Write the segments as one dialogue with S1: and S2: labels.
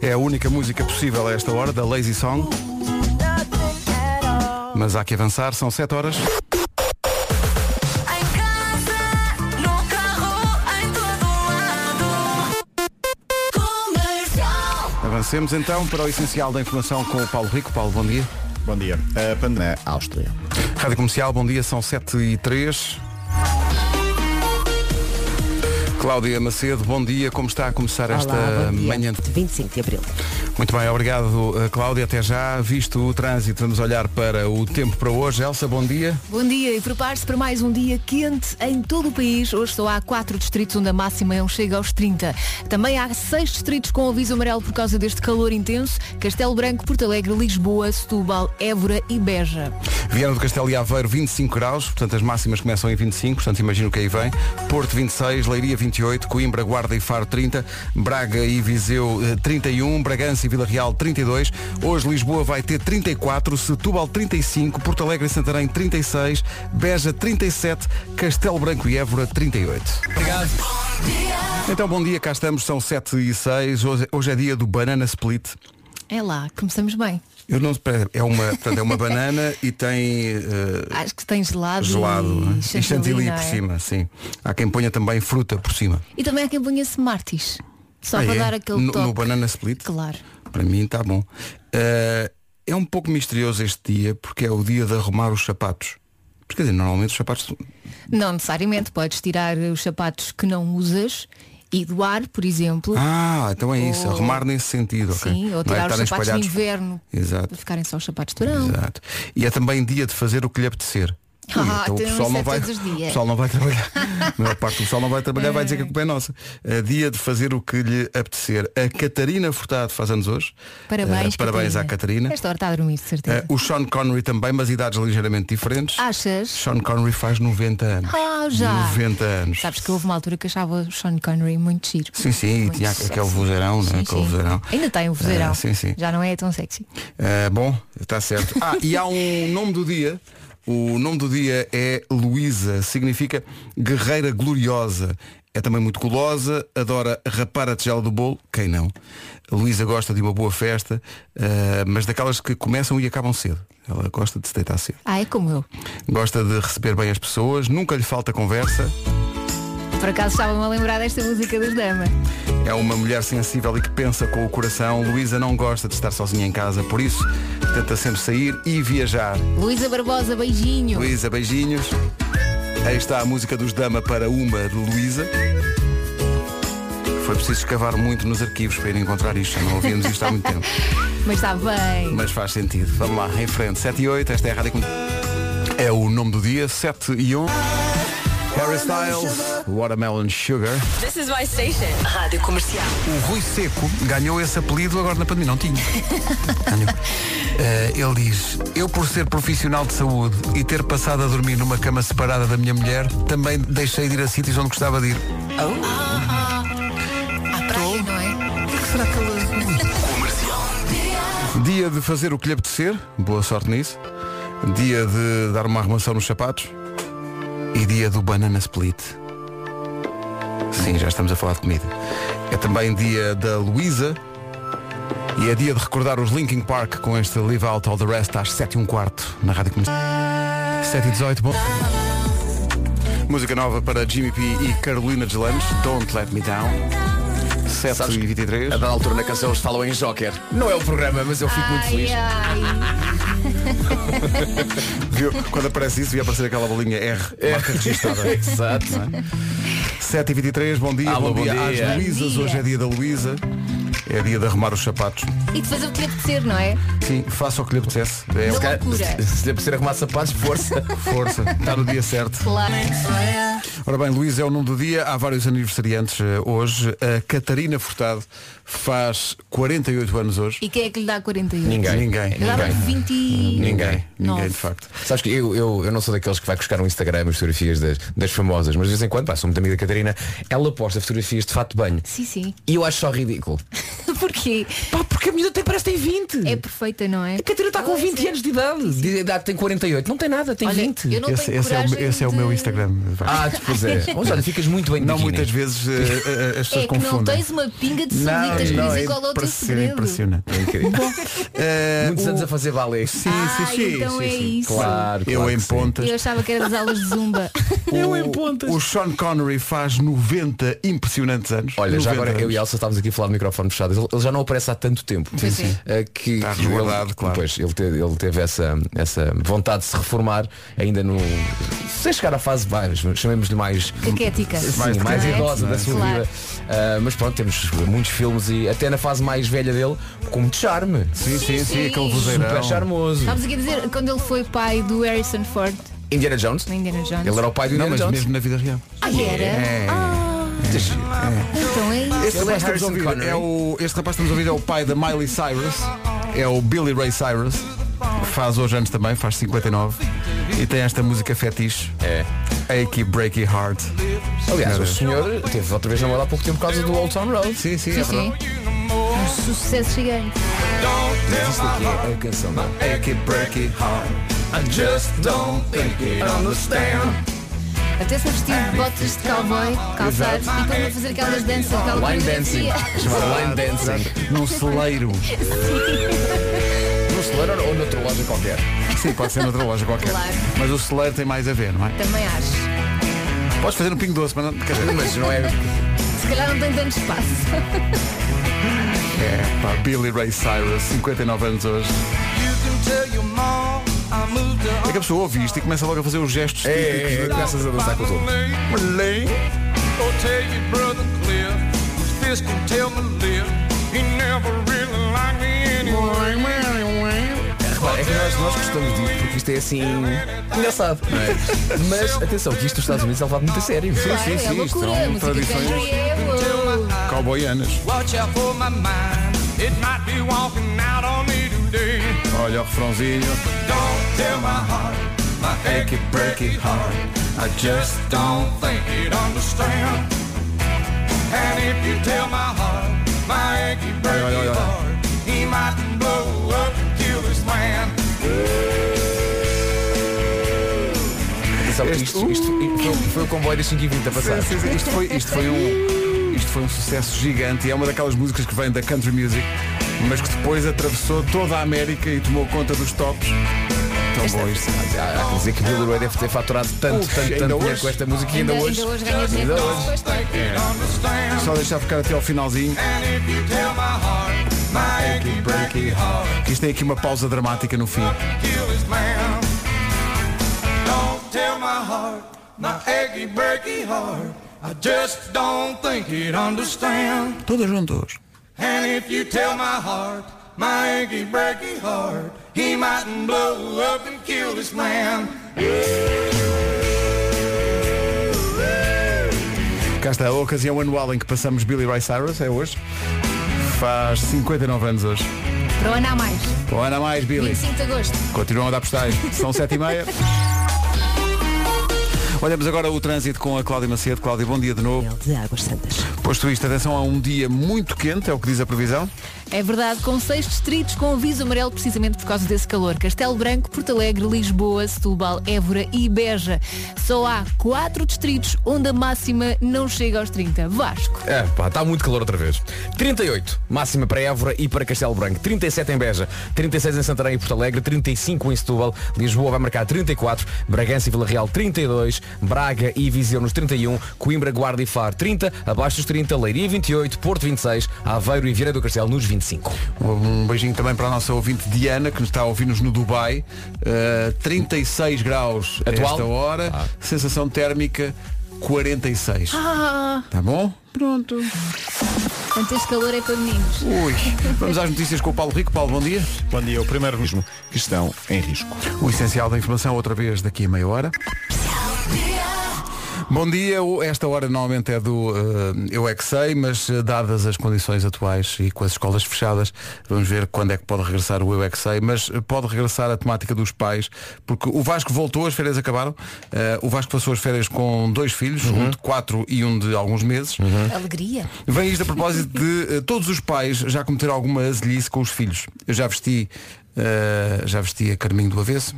S1: É a única música possível a esta hora, da Lazy Song. Mas há que avançar, são 7 horas.
S2: Em casa, no carro, em todo lado. Comercial.
S1: Avancemos então para o essencial da informação com o Paulo Rico. Paulo, bom dia.
S3: Bom dia. A pandemia na Áustria.
S1: Rádio Comercial, bom dia, são 7 e 3. Cláudia Macedo, bom dia, como está a começar esta
S4: Olá, bom dia.
S1: manhã?
S4: de 25 de Abril.
S1: Muito bem, obrigado eh, Cláudia, até já. Visto o trânsito, vamos olhar para o tempo para hoje. Elsa, bom dia.
S5: Bom dia e prepare-se para mais um dia quente em todo o país. Hoje só há quatro distritos onde a máxima não chega aos 30. Também há seis distritos com aviso amarelo por causa deste calor intenso. Castelo Branco, Porto Alegre, Lisboa, Setúbal, Évora e Beja.
S1: Viana do Castelo e Aveiro, 25 graus, portanto as máximas começam em 25, portanto imagino que aí vem. Porto 26, Leiria 28, Coimbra, Guarda e Faro 30, Braga e Viseu eh, 31, Bragança e Vila Real 32. Hoje Lisboa vai ter 34, Setúbal 35, Porto Alegre e Santarém 36, Beja 37, Castelo Branco e Évora 38. Então bom dia, cá estamos, são 7 e 6, hoje, hoje é dia do Banana Split.
S5: É lá, começamos bem.
S1: Eu não, espera, é uma, portanto, é uma banana e tem eh,
S5: Acho que tem gelado,
S1: gelado é?
S5: e chantilly, não
S1: por
S5: é?
S1: cima, sim. Há quem ponha também fruta por cima.
S5: E também há quem ponha-se Martis. Só
S1: Ah,
S5: para
S1: é?
S5: dar aquele
S1: no,
S5: toque.
S1: no banana split,
S5: Claro.
S1: para mim está bom. Eh, é um pouco misterioso este dia porque é o dia de arrumar os sapatos. Porque quer dizer, normalmente os sapatos são-
S5: Não necessariamente, podes tirar os sapatos que não usas e doar, por exemplo.
S1: Ah, então é isso,
S5: Ou-
S1: arrumar nesse sentido, ok.
S5: Oh. Sim,
S1: Não é
S5: ou tirar os
S1: estarem
S5: sapatos
S1: espalhados-
S5: de inverno
S1: Exato.
S5: para ficarem só os sapatos de verão.
S1: Exato. E é também dia de fazer o que lhe apetecer.
S5: Ah,
S1: Ui,
S5: então
S1: o pessoal
S5: isso
S1: não
S5: é
S1: vai,
S5: todos os
S1: o
S5: dias.
S1: pessoal não vai trabalhar. A maior parte do pessoal não vai trabalhar, vai dizer que a culpa é nossa. É dia de fazer o que lhe apetecer. A Catarina Furtado faz anos hoje.
S5: Parabéns,
S1: Eh, parabéns à Catarina.
S5: Esta hora está a dormir, de
S1: Eh,
S5: certeza.
S1: o Sean Connery também, mas idades ligeiramente diferentes.
S5: Achas?
S1: Sean Connery faz 90 anos.
S5: Ah, já.
S1: 90 anos.
S5: Sabes que houve uma altura que achava o Sean Connery muito giro.
S1: Sim, sim, e
S5: Muito
S1: tinha
S5: sexy.
S1: aquele vozeirão, né?
S5: Sim,
S1: Aquele
S5: sim.
S1: vozeirão.
S5: Ainda tem o vozeirão.
S1: Ah, sim, sim.
S5: Já não é tão sexy.
S1: Uh, bom, está certo. Ah, e há um nome do dia. O nome do dia é Luísa, significa guerreira gloriosa. É também muito gulosa, adora rapar a tigela do bolo, quem não? Luísa gosta de uma boa festa, uh, mas daquelas que começam e acabam cedo. Ela gosta de se deitar cedo.
S5: Ah, é como eu.
S1: Gosta de receber bem as pessoas, nunca lhe falta conversa.
S5: Por acaso estava-me a lembrar desta música das damas.
S1: É uma mulher sensível e que pensa com o coração. Luísa não gosta de estar sozinha em casa, por isso tenta sempre sair e viajar.
S5: Luísa Barbosa, beijinho.
S1: Luísa, beijinhos. Aí está a música dos Dama para uma de Luísa. Foi preciso escavar muito nos arquivos para ir encontrar isto. Já Não ouvíamos isto há muito tempo.
S5: Mas está bem.
S1: Mas faz sentido. Vamos lá, em frente. 7 e 8, esta é a Rádio Comun- É o nome do dia, 7 e 1. Harry Styles, Watermelon Sugar.
S6: This is my station. Rádio Comercial.
S1: O Rui Seco ganhou esse apelido agora na pandemia. Não tinha. Ganhou. Eh, ele diz, eu por ser profissional de saúde e ter passado a dormir numa cama separada da minha mulher, também deixei de ir a sítios onde gostava de ir.
S5: Ah, À praia, não é?
S1: Dia de fazer o que lhe apetecer, boa sorte nisso. Dia de dar uma arrumação nos sapatos. E dia do banana split. Sim, já estamos a falar de comida. É também dia da Luísa. E é dia de recordar os Linkin Park com este Live Out All The Rest às 7 e um quarto na Rádio Comercial. 7 e 18, bom. Música nova para Jimmy P e Carolina de Lange, Don't Let Me Down. 7
S3: Sabes
S1: e
S3: que
S1: 23.
S3: A dada altura na canção eles falam em Joker. Não é o programa, mas eu fico muito feliz.
S5: Ai, ai.
S1: Viu? Quando aparece isso, ia aparecer aquela bolinha R, marca registrada.
S3: É.
S1: é?
S3: Exato.
S1: 7h23, bom dia,
S3: Alô,
S1: bom,
S3: bom
S1: dia,
S3: dia.
S1: às Luísas.
S5: Bom dia.
S1: Hoje é dia da Luísa. É dia de arrumar os sapatos.
S5: E de fazer o que lhe apetecer, não é?
S1: Sim, faça o que lhe apetece. É
S5: Não
S1: o que
S5: há Loucura.
S3: Se- Se lhe aparecer arrumar sapatos, força.
S1: força. Está no dia certo.
S5: Claro.
S1: Ora bem, Luísa é o nome do dia. Há vários aniversariantes eh, hoje. A Catarina Furtado faz 48 anos hoje.
S5: E quem é que lhe dá 48?
S3: Ninguém.
S1: Ninguém.
S5: Eu dava
S3: Ninguém.
S5: 20
S1: Ninguém. Ninguém,
S5: Nove.
S1: de facto.
S3: Sabes que eu, eu, eu não sou daqueles que vai buscar no Instagram as fotografias das, das famosas, mas de vez em quando, pá, sou muito amiga da Catarina, ela posta fotografias de fato de banho.
S5: Sim, sim.
S3: E eu acho só ridículo.
S5: Porquê?
S3: Pá, porque a menina até parece que tem 20.
S5: É perfeita, não é?
S3: Hum. A Catarina está com 20 anos de idade. De idade tem 48. Não tem nada, tem
S5: Olha,
S3: 20.
S5: eu não
S1: Esse,
S5: tenho
S1: esse é o,
S5: coragem
S1: esse é o meu
S5: de-
S1: Instagram. Vasco.
S3: Ah, desculpa.
S1: Pois é.
S3: Mas olha, ficas muito bem de
S1: Não
S3: biquíni.
S1: muitas vezes eh, eh, as pessoas
S5: É que não
S1: confundem.
S5: tens uma pinga de
S1: Não,
S5: solitas
S1: não,
S5: por
S1: é
S5: isso qual é o teu
S1: impressionante,
S5: segredo.
S1: impressionante.
S3: É incrível.
S1: Eh,
S3: Muitos
S1: o-
S3: anos a fazer balé.
S1: Sim,
S5: Ah,
S1: sim, sim.
S5: então
S1: sim,
S5: é
S1: sim.
S5: isso.
S3: Claro,
S1: Eu
S3: claro
S1: em
S3: que sim.
S1: pontas.
S5: Eu achava que era das aulas de zumba.
S1: Eu em pontas. O Sean Connery faz 90 impressionantes anos.
S3: Olha, já
S1: 90
S3: agora eu
S1: anos.
S3: e Elsa estávamos aqui a falar de microfone fechado. Ele, ele já não aparece há tanto tempo.
S5: Sim, sim.
S3: Eh, que,
S1: Está
S3: que
S1: resguardado,
S3: ele,
S1: claro.
S3: Pois, ele, te- ele teve essa, essa vontade de se reformar ainda no. Sem chegar à fase mais, chamemos-lhe mais.
S5: Caquética.
S3: Sim,
S1: Mais
S3: mais,
S1: de caquética,
S3: idosa
S1: não é?
S3: da sua
S5: Claro.
S3: vida. Ah, mas pronto, temos muitos filmes e até na fase mais velha dele, com muito charme.
S1: Sim, sim, sim,
S5: Sim.
S1: aquele
S3: Super
S1: vozeirão.
S3: charmoso.
S5: Estávamos aqui a dizer quando ele foi pai do Harrison Ford
S3: Indiana Jones.
S5: na Indiana Jones.
S3: Ele era o pai do
S1: Não,
S3: Indiana
S1: mas
S3: Jones.
S1: mesmo na vida real.
S5: Ah, era? Ah,
S1: É.
S3: Mesmo...
S5: Então é isso.
S1: Este
S3: Ele é
S1: rapaz, estamos a
S3: Harrison
S1: ouvir
S3: Connery.
S1: é o, este rapaz que estamos a ouvir é o pai da Miley Cyrus, é o Billy Ray Cyrus, que faz hoje anos também, faz 59, e tem esta música fetiche,
S3: É.
S1: Achy Breaky Heart.
S3: Aliás,
S1: É, Meu
S3: o
S1: Deus.
S3: senhor teve outra vez na moda há pouco tempo por causa do Old Town Road.
S1: Sim, sim,
S5: Sim,
S1: é verdade.
S5: sim. Um sucesso gigante.
S3: Mas isto aqui é a canção dele.
S1: Achy Breaky Heart.
S3: I just don't think it understand.
S5: Até se vestir de botas de cowboy, calçados, e quando vai fazer aquelas danças, aquela
S3: Line dancing.
S5: coreografia.
S3: Chamado line dancing.
S1: Num celeiro.
S3: No celeiro ou noutra loja qualquer.
S1: Sim, pode ser noutra loja qualquer.
S5: Claro.
S1: Mas o celeiro tem mais a ver, não é?
S5: Também acho.
S1: Podes fazer um pingo doce, mas não, quer dizer,
S3: Mas não é.
S5: Se calhar não tem tanto espaço.
S1: É, pá, Billy Ray Cyrus, 59 anos hoje. É que a pessoa ouve isto e começa logo a fazer os gestos típicos.
S3: É, graças a dançar com os outros.
S1: Malay. tipo,
S3: Repara, É que nós, nós gostamos disto porque isto é assim. engraçado. não é? Mas atenção, que isto nos Estados Unidos é levado muito a sério.
S1: Sim,
S5: Claro,
S1: sim,
S5: é
S1: sim. Isto
S5: loucura.
S1: são
S5: música
S1: tradições
S5: country é uou.
S1: cowboyanas. Olha o refrãozinho. Achy breaky heart. I just don't think it understand. And if you tell my heart, my achy breaky heart, he might blow up and kill this man.
S3: Atenção,
S1: Este-
S3: isto, isto, foi, foi o comboio das 5h20 a passar.
S1: Sim, sim, sim. Isto foi, isto foi um isto foi um sucesso gigante e é uma daquelas músicas que vem da country music, mas que depois atravessou toda a América e tomou conta dos tops. Tão bom isto.
S3: Há há que dizer que Billy Ray deve ter faturado tanto,
S1: Uf,
S3: tanto,
S1: ainda
S3: tanto dinheiro
S1: hoje?
S3: com esta música e
S5: Ainda,
S3: ainda,
S5: ainda hoje ganha dinheiro.
S3: Ainda
S5: com
S3: hoje.
S5: isso, pois tem.
S1: Só deixar ficar até ao finalzinho. Que Isto tem aqui uma pausa dramática no fim. Todos juntos. Cá está a ocasião anual em que passamos Billy Ray Cyrus, é hoje. Faz 59 anos hoje.
S5: Para o ano há mais.
S1: Um ano a mais, Billy.
S5: 25 de agosto.
S1: Continuam a dar postais. São 7 e meia. Olhamos agora o trânsito com a Cláudia Macedo. Cláudia, bom dia de novo.
S6: De Águas Santas.
S1: Posto isto, atenção a um dia muito quente, é o que diz a previsão.
S5: É verdade, com seis distritos com aviso amarelo precisamente por causa desse calor. Castelo Branco, Porto Alegre, Lisboa, Setúbal, Évora e Beja. Só há quatro distritos onde a máxima não chega aos 30. Vasco.
S3: É, pá, está muito calor outra vez. 38, máxima para Évora e para Castelo Branco. 37 em Beja, 36 em Santarém e Porto Alegre, 35 em Setúbal. Lisboa vai marcar 34, Bragança e Vila Real 32, Braga e Viseu nos 31, Coimbra, Guarda e Faro 30, abaixo dos 30, Leiria 28, Porto 26, Aveiro e Vieira do Castelo nos 25.
S1: Um beijinho também para a nossa ouvinte Diana, que nos está a ouvir-nos no Dubai. Uh, 36 graus a
S3: Atual?
S1: esta hora,
S3: Ah.
S1: sensação térmica 46.
S5: Ah,
S1: Tá bom? Pronto.
S5: quanto este calor é para meninos.
S1: Ui. Vamos às notícias com o Paulo Rico. Paulo, bom dia.
S4: Bom dia, o primeiro mesmo que estão em risco.
S1: O essencial da informação outra vez daqui a meia hora. Bom dia, O- esta hora normalmente é do eh, Eu É Que Sei, mas eh, dadas as condições atuais e com as escolas fechadas, vamos ver quando é que pode regressar o Eu É Que Sei, mas eh, pode regressar a temática dos pais, porque o Vasco voltou, as férias acabaram, Eh, o Vasco passou as férias com dois filhos, um de quatro e um de alguns meses,
S3: Hum.
S5: Alegria.
S1: Vem isto a propósito de eh, todos os pais já cometer alguma azelhice com os filhos. Eu já vesti eh, já vestia carminho do avesso.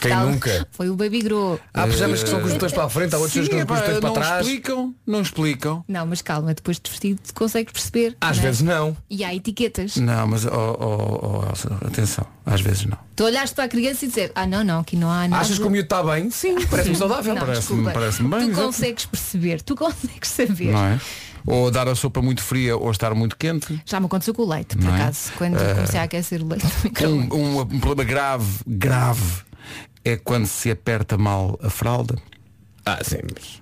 S3: Quem
S5: Tal-
S3: nunca?
S5: Foi o Baby Grow.
S3: Há pijamas que são com os botões para a frente, há outros que são com
S1: epá,
S3: os botões para
S1: não
S3: trás.
S1: explicam, não explicam.
S5: Não, mas calma, depois de vestido consegues perceber.
S3: Às
S5: não é?
S3: vezes Hum. não.
S5: E há etiquetas.
S1: Não, mas oh, oh, oh, Elsa, atenção, às vezes não.
S5: Tu olhaste para a criança e dizer, ah não, não, aqui não há nada.
S3: Achas que o miúdo está bem? Sim, parece-me saudável.
S5: Ah, Não,
S1: Parece-me-
S5: desculpa.
S1: parece-me bem,
S5: Tu
S1: exato.
S5: consegues perceber, tu consegues saber.
S1: Não é? Ou dar a sopa muito fria ou estar muito quente.
S5: Já me aconteceu com o leite, por
S1: Não é?
S5: acaso. Quando comecei a aquecer o leite no microondas.
S1: Um, um- um problema grave, grave, é quando se aperta mal a fralda,
S3: Ah, sim. mas-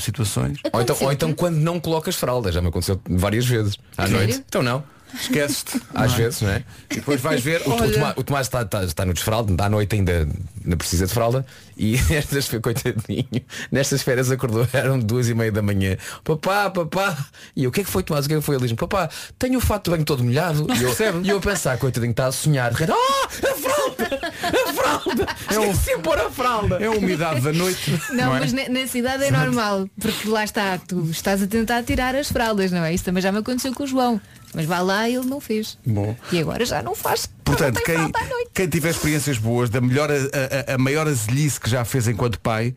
S1: situações.
S3: Ou então, ou
S5: Aconteceu-te?
S3: então quando não colocas fraldas, já me aconteceu várias vezes. À
S5: Sério?
S3: noite. Então não.
S1: Esquece-te.
S3: Às vezes, não é?
S1: E depois vais ver.
S3: O, o
S1: olha,
S3: Tomás- o Tomás está, está- está no desfraldo, à noite ainda não precisa de fralda e nestas fe- coitadinho, nestas férias acordou, eram duas e meia da manhã. Papá, papá. E eu, o que é que foi Tomás? O que é que foi? Ele diz-me, papá, tenho o fato de banho todo molhado. E eu, e eu a pensar, coitadinho, está a sonhar, de repente, ah, a fralda! A fralda! É um... Esqueci de pôr a fralda!
S1: É a umidade da noite.
S5: Não,
S1: não é?
S5: mas ne- nessa idade é normal, porque lá está, tu estás a tentar tirar as fraldas, não é? Isso também já me aconteceu com o João. Mas vá lá, ele não fez.
S1: Bom.
S5: E agora já não faz.
S1: Portanto,
S5: não tem
S1: quem,
S5: fralda à noite.
S1: quem tiver experiências boas, da melhor, a, a- a maior azelice que já fez enquanto pai,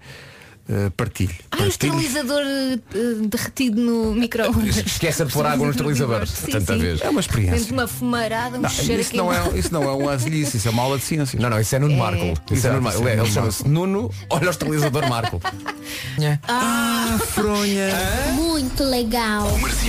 S1: eh, partilhe.
S5: Ah, o
S1: Partilhe.
S5: esterilizador eh, eh, derretido no micro-ondas.
S3: Esquece de pôr água no esterilizador.
S5: Sim,
S3: Tanta
S5: sim.
S3: vez.
S1: É
S5: Dentro
S1: uma
S5: de
S1: experiência.
S5: uma fumarada, um
S1: Não,
S5: cheiro
S1: isso, não
S5: queimado.
S1: é, isso não é uma azelice, isso é uma aula de ciências.
S3: Não, não, isso é Nuno
S5: É.
S3: Marco. Isso é
S1: Exato,
S3: normal.
S1: isso é
S3: Ele, ele
S1: Nuno
S3: chama-se Nuno, olha o esterilizador Marco.
S1: Ah, fronha.
S7: Muito legal.
S1: Bom
S5: Muito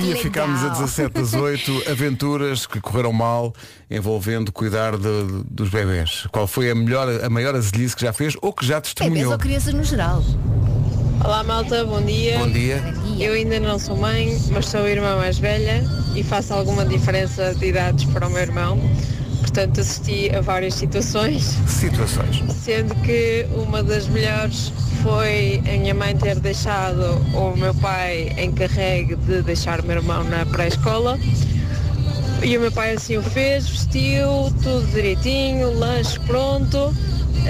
S1: dia,
S5: legal.
S1: ficámos a 17 das 8 Aventuras que correram mal Envolvendo cuidar de- de- dos bebés Qual foi a, melhor, a maior azelice que já fez Ou que já
S5: É mesmo
S1: testemunhou
S5: ou crianças no geral.
S8: Olá malta, bom dia.
S1: Bom dia
S8: Eu ainda não sou mãe, mas sou irmã mais velha e faço alguma diferença de idades para o meu irmão. Portanto, assisti a várias situações,
S1: Situações
S8: sendo que uma das melhores foi a minha mãe ter deixado o meu pai encarregue de deixar o meu irmão na pré-escola. E o meu pai assim o fez, vestiu, tudo direitinho, lanche pronto,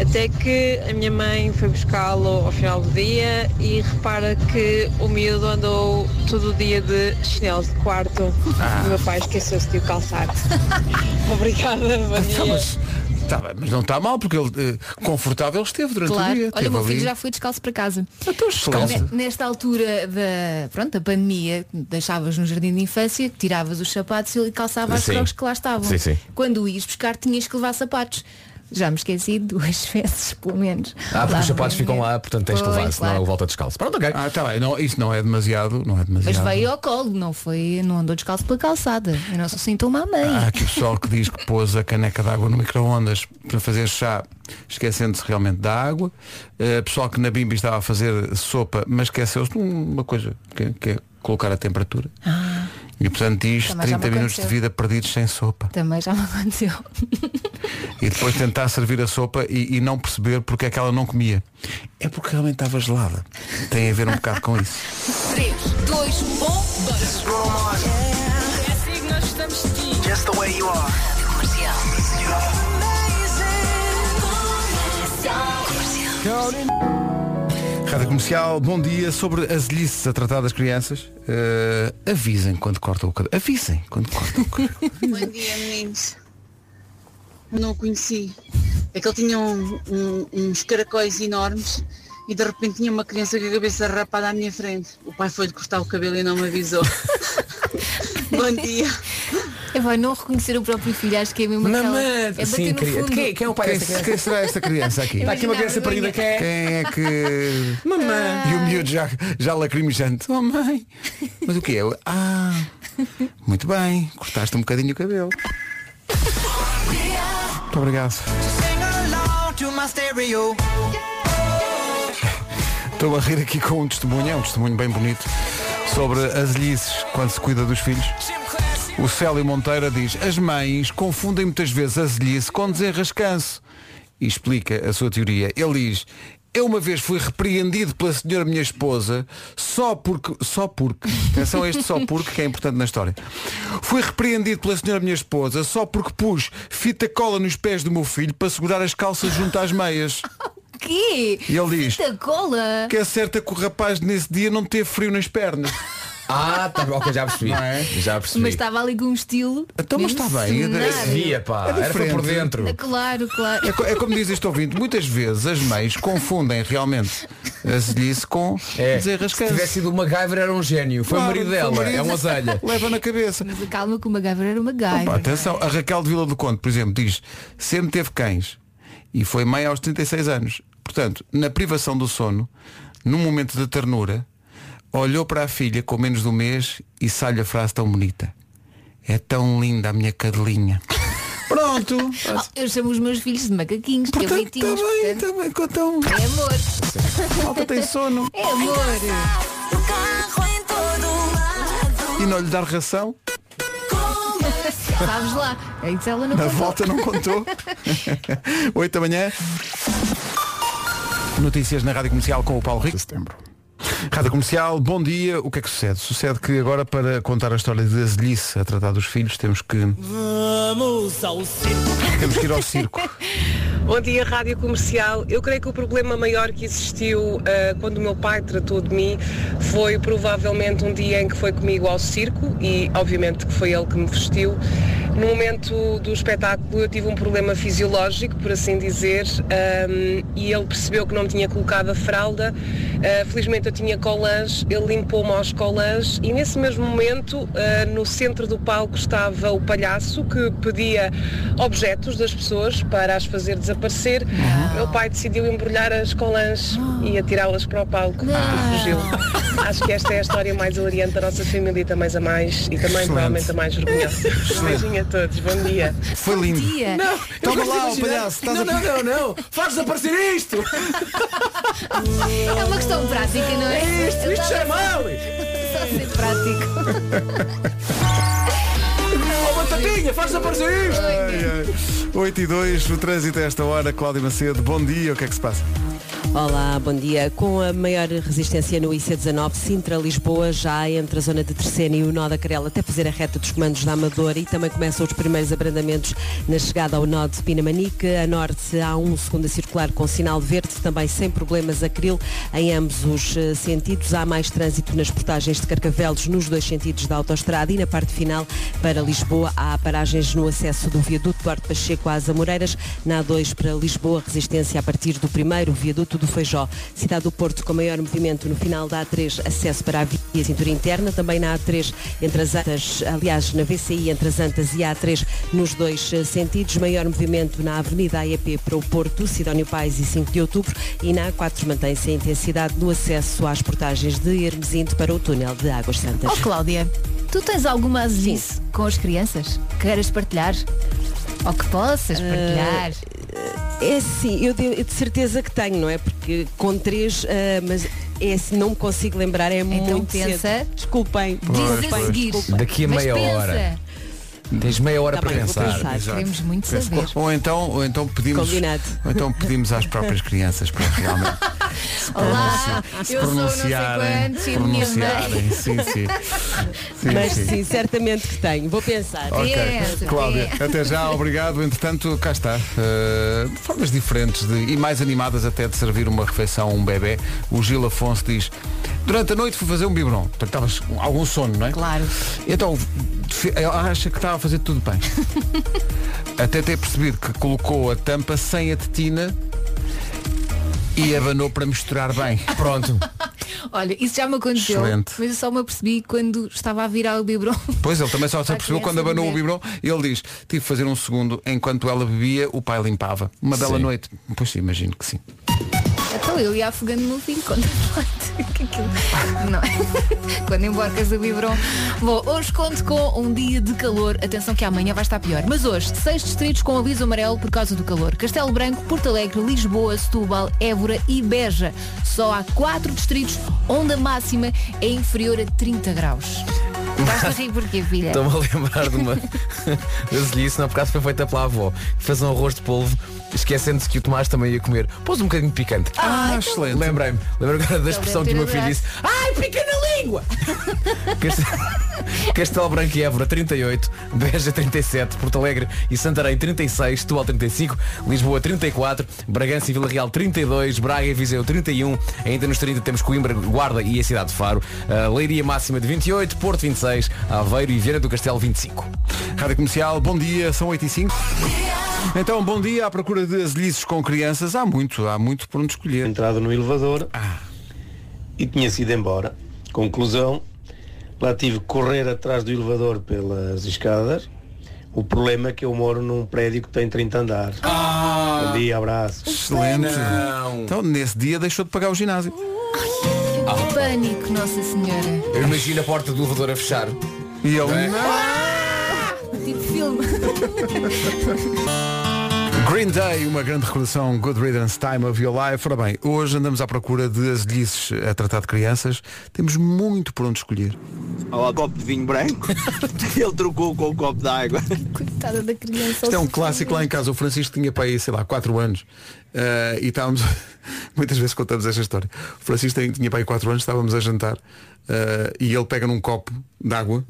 S8: até que a minha mãe foi buscá-lo ao final do dia e repara que o miúdo andou todo o dia de chinelos de quarto. O meu pai esqueceu-se de o calçar. Obrigada, bom
S1: Tá,
S8: dia.
S1: mas,
S5: É.
S1: tá bem, mas não está mal Porque ele eh, confortável esteve durante o
S5: Claro.
S1: dia
S5: Olha, o
S1: esteve
S5: meu filho
S1: ali.
S5: já foi descalço para casa.
S1: Então, excelente.
S5: Ne- Nesta altura da, pronto, da pandemia, deixavas no jardim de infância, tiravas os sapatos e calçavas as
S3: Sim.
S5: crocs que lá estavam.
S3: Sim, sim.
S5: Quando o ias buscar, tinhas que levar sapatos. Já me esqueci duas vezes, pelo menos.
S3: Ah, porque
S5: Lá
S3: os sapatos
S5: vem.
S3: ficam lá, portanto tens de
S5: Pois,
S3: levar, senão
S5: claro.
S3: ele volta descalço. Pronto, ok.
S1: Ah, tá bem, não, isso não é demasiado Não é
S5: Mas
S1: demasiado
S5: veio ao colo, não foi, não andou descalço pela calçada. Eu não sou sintoma à mãe.
S3: Ah.
S1: Há aqui o pessoal Ah, que diz que pôs a caneca de água no micro-ondas para fazer chá, esquecendo-se realmente da água. Eh, pessoal que na bimbi estava a fazer sopa, mas esqueceu-se de uma coisa, que, que é colocar a temperatura. E portanto diz
S5: Ah. Também já me
S1: 30 minutos de
S5: aconteceu.
S1: vida perdidos sem sopa.
S5: Também já me aconteceu.
S1: E depois tentar servir a sopa e, e não perceber porque é que ela não comia. É porque realmente estava gelada. Tem a ver um bocado com isso.
S2: 3, 2, 1, bora. um, É assim que nós estamos aqui.
S9: Just the way you are.
S2: Rádio Comercial.
S1: Rádio Comercial, bom dia. Sobre as lices a tratar das crianças, eh, avisem quando cortam o cabelo. Avisem quando cortam o cabelo.
S10: Bom dia, meninos. Não o conheci. É que ele tinha um- um- uns caracóis enormes e de repente tinha uma criança com a cabeça rapada à minha frente. O pai foi-lhe cortar o cabelo e não me avisou. Bom dia.
S5: Eu vou não reconhecer o próprio filho, acho que é mesmo aquela...
S3: Mamãe,
S5: é bater
S3: sim,
S5: no
S3: queria-
S5: fundo.
S3: quem, quem é o pai
S1: Quem,
S3: desta criança?
S1: quem será esta criança aqui?
S5: Eu
S3: Está aqui uma criança
S5: imaginava
S3: parida que
S5: vergonha.
S3: é.
S1: Quem é que.
S5: Mamãe.
S1: E o miúdo já, já lacrimejante. Oh mãe! Mas o que é? Ah! Muito bem, cortaste um bocadinho o cabelo. Muito obrigado. Estou a rir aqui com um testemunho, é um testemunho bem bonito, sobre as lices quando se cuida dos filhos. O Célio Monteira diz, as mães confundem muitas vezes a velhice com desenrascanço. E explica a sua teoria. Ele diz, eu uma vez fui repreendido pela senhora minha esposa só porque, só porque, atenção a este só porque que é importante na história. Fui repreendido pela senhora minha esposa só porque pus fita cola nos pés do meu filho para segurar as calças junto às meias.
S5: Quê?
S1: E ele diz-
S5: Fita cola.
S1: é Que é certa que o rapaz nesse dia não teve frio nas pernas.
S3: Ah, tá bom, ok, já percebi.
S1: Não é?
S3: Já percebi.
S5: Mas estava ali com um estilo.
S1: Então, mas
S5: mesmo
S1: está bem, é de-
S5: cenário.
S3: Via, pá,
S1: É
S3: era para por
S1: diferente.
S3: dentro.
S5: Claro, claro.
S1: É, co- é como diz este ouvinte, muitas vezes as mães confundem realmente a velhice com
S3: É. Se
S1: desenrascância.
S3: tivesse sido uma MacGyver era um gênio. Foi
S1: Claro,
S3: o marido
S1: foi o
S3: dela,
S1: marido.
S3: é uma Hum. zelha.
S1: Leva na cabeça.
S5: Mas calma que o MacGyver era uma
S1: Pá,
S5: gaiva.
S1: atenção, a Raquel de Vila do Conde, por exemplo, diz sempre teve cães e foi mãe aos 36 anos. Portanto, na privação do sono, num momento de ternura, olhou para a filha com menos de um mês e sai-lhe a frase tão bonita. É tão linda a minha cadelinha. Pronto.
S5: Oh, eu chamo os meus filhos de macaquinhos, que
S1: Portanto, está
S5: bonitinhos. portanto,
S1: bem, está bem. Então,
S5: É amor,
S1: falta tem sono.
S5: é amor.
S2: No carro em todo lado.
S1: E não lhe dar ração,
S5: Sabes lá, é isso ela não
S1: a
S5: contou.
S1: volta não contou. 8 da manhã. Notícias na Rádio Comercial com o Paulo Rico.
S4: setembro.
S1: Rádio Comercial, bom dia. O que é que sucede? Sucede que agora para contar a história de Azelhice a tratar dos filhos temos que. Vamos ao circo. Temos que ir ao circo.
S11: Bom dia, Rádio Comercial. Eu creio que o problema maior que existiu ah, quando o meu pai tratou de mim foi provavelmente um dia em que foi comigo ao circo e obviamente que foi ele que me vestiu. No momento do espetáculo eu tive um problema fisiológico, por assim dizer, ahm, e ele percebeu que não tinha colocado a fralda. Ah, felizmente eu tinha colãs, ele limpou-me aos colãs e nesse mesmo momento, ah, no centro do palco estava o palhaço que pedia objetos das pessoas para as fazer desaparecer. Meu pai decidiu embrulhar as colãs e atirá-las para o palco e fugiu. Acho que esta é a história mais hilariante da nossa família e também a mais e também provavelmente a mais vergonhosa. Beijinho a todos, bom dia.
S1: Foi lindo.
S5: Dia.
S1: Toma lá, o palhaço. Estás
S3: Não,
S1: a...
S3: não, não, não. Faz desaparecer isto.
S5: É uma questão prática, não é?
S3: Isto, isto já é mau.
S5: Só
S1: é.
S5: ser prático.
S3: Oh, batatinha, faz desaparecer isto.
S1: Ai, ai. 8 e 2, o trânsito a esta hora. Cláudio Macedo, bom dia. O que é que se passa?
S12: Olá, bom dia. Com a maior resistência no IC19, Sintra-Lisboa, já entre a zona de Terceira e o nó da Carela, até fazer a reta dos comandos da Amadora e também começam os primeiros abrandamentos na chegada ao nó de Pinamanique. A norte há um segunda circular com sinal verde, também sem problemas acril em ambos os eh, sentidos. Há mais trânsito nas portagens de Carcavelos nos dois sentidos da autostrada e na parte final para Lisboa há paragens no acesso do viaduto Duarte Pacheco às Amoreiras, na A2 para Lisboa, resistência a partir do primeiro viaduto do Feijó. Cidade do Porto com maior movimento no final da A3, acesso para a via cintura interna, também na A3 entre as Antas, aliás, na VCI entre as Antas e a A3 nos dois eh, sentidos, maior movimento na Avenida AEP para o Porto, Sidónio Pais e 5 de Outubro e na A4 mantém-se a intensidade no acesso às portagens de Hermesinte para o túnel de Águas Santas.
S5: Oh Cláudia, tu tens alguma azelice com as crianças? Que queiras partilhar? Ou que possas partilhar?
S12: É sim, eu de, de certeza que tenho, não é? Porque com três, ah, mas é assim, não me consigo lembrar, é muito
S5: Então pensa.
S12: cedo. Desculpem.
S5: Diz a
S1: pois,
S5: seguir.
S3: Daqui a
S5: Mas
S3: meia
S5: pensa,
S3: hora. Tens meia hora
S12: Tá
S3: para
S12: bem, vou
S3: pensar.
S12: pensar.
S5: Queremos muito
S1: Penso-
S5: saber.
S1: Ou então, ou então pedimos.
S12: Combinado.
S1: Ou então pedimos às próprias crianças para realmente
S5: Olá, eu sou não sei
S1: pronunciarem.
S5: quantos e a minha mãe.
S1: pronunciarem. Sim, sim. Sim,
S12: Mas
S1: sim.
S12: sim, certamente que tenho. Vou pensar.
S1: Ok,
S5: Pensa,
S1: Cláudia, até já, obrigado. Entretanto, cá está. Uh, de formas diferentes de- e mais animadas até de servir uma refeição a um bebê. O Gil Afonso diz, durante a noite fui fazer um biberon. Portanto, estavas com algum sono, não é?
S5: Claro.
S1: Então, fi- ela acha que estava a fazer tudo bem. até ter percebido que colocou a tampa sem a tetina e abanou para misturar bem.
S3: Pronto.
S5: Olha, isso já me aconteceu.
S1: Excelente.
S5: Mas eu só me apercebi quando estava a virar o biberon.
S1: Pois ele também só se
S5: Para a
S1: apercebeu quando
S5: criança
S1: abanou o
S5: beber.
S1: biberon. Ele diz, tive de fazer um segundo, enquanto ela bebia, o pai limpava. Uma bela
S3: Sim.
S1: noite. Pois sim, imagino que sim.
S5: Então eu ia afogando o meu filho quando que aquilo- Não. é. quando embarcas o biberon. Bom, hoje conto com um dia de calor. Atenção que amanhã vai estar pior. Mas hoje, seis distritos com aviso amarelo por causa do calor. Castelo Branco, Porto Alegre, Lisboa, Setúbal, Évora e Beja. Só há quatro distritos onde a máxima é inferior a 30 graus. Estás a rir porquê, filha?
S3: Então Estou-me a lembrar de uma. Eu disse isso, não, por acaso foi feita pela avó. Fez um arroz de polvo esquecendo-se que o Tomás também ia comer. Pôs um bocadinho de picante.
S1: Ah, excelente.
S3: Lembrei-me. Lembro agora da expressão
S5: deve
S3: que o
S5: ter
S3: meu filho
S5: adorado.
S3: disse. Ai, pica na língua! Castel... Castelo Branco e Évora 38, Beja 37, Porto Alegre e Santarém 36, Setúbal 35, Lisboa 34, Bragança e Vila Real 32, Braga e Viseu 31, ainda nos 30 temos Coimbra, Guarda e a cidade de Faro, a Leiria máxima de 28, Porto 26, Aveiro e Vieira do Castelo 25.
S1: Rádio Comercial, bom dia, são 8 e 5. Então, bom dia à procura de asilhices com crianças. Há muito, há muito por onde escolher.
S13: entrado no elevador e tinha sido embora. Conclusão, lá tive que correr atrás do elevador pelas escadas. O problema é que eu moro num prédio que tem 30 andares. Bom dia, abraço.
S1: Excelente. Então, nesse dia deixou de pagar o ginásio.
S5: Pânico, Nossa Senhora.
S3: Eu imagino a porta do elevador a fechar.
S1: E ele,
S5: Tipo filme.
S1: Green Day, uma grande recordação, Good Riddance Time of Your Life. Ora bem, hoje andamos à procura de asilhices a tratar de crianças. Temos muito por onde escolher.
S14: Olha o copo de vinho branco. Ele trocou com o copo de água.
S5: Coitada da criança.
S1: Isto é um clássico lá em casa. O Francisco tinha para aí, sei lá, 4 anos. eh, e estávamos, muitas vezes contamos esta história. O Francisco tem- tinha para aí 4 anos, estávamos a jantar eh, e ele pega num copo de água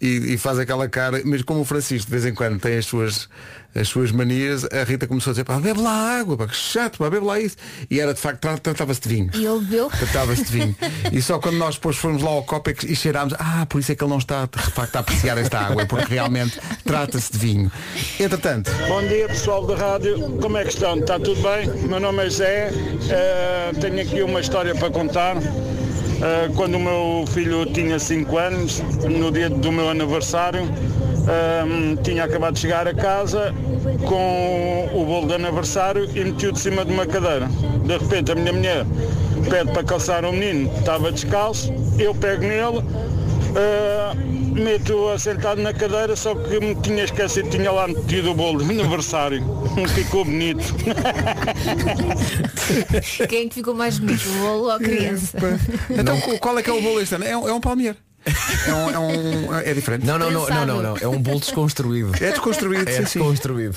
S1: e, e faz aquela cara. Mas como o Francisco de vez em quando tem as suas, as suas manias, a Rita começou a dizer, pá, bebe lá água, pá, que chato, pá, bebe lá isso. E era de facto, tra- tratava-se de vinho.
S5: E ele bebeu.
S1: Tratava-se de vinho. E só quando nós depois fomos lá ao copo é que- e cheirámos, ah, por isso é que ele não está de facto a apreciar esta água, é porque realmente trata-se de vinho. Entretanto,
S15: Bom dia pessoal da rádio, como é que estão? Está tudo bem? Meu nome é Zé, eh, tenho aqui uma história para contar. Eh, quando o meu filho tinha 5 anos, no dia do meu aniversário, ehm, tinha acabado de chegar a casa com o bolo de aniversário e meti-o de cima de uma cadeira. De repente a minha mulher pede para calçar o menino, estava descalço, eu pego nele, Uh, meto assentado na cadeira, só que me tinha esquecido, tinha lá metido o bolo de aniversário. Um Ficou bonito.
S1: tá.
S5: Quem é que ficou mais bonito? O bolo ou a criança?
S1: Então qual é que é o bolo este ano? É um, é um palmier. É, um, é, um- é diferente.
S3: Não, não, não, não, não, não. É um bolo desconstruído.
S1: É desconstruído,
S3: É
S1: sim, sim.
S3: desconstruído.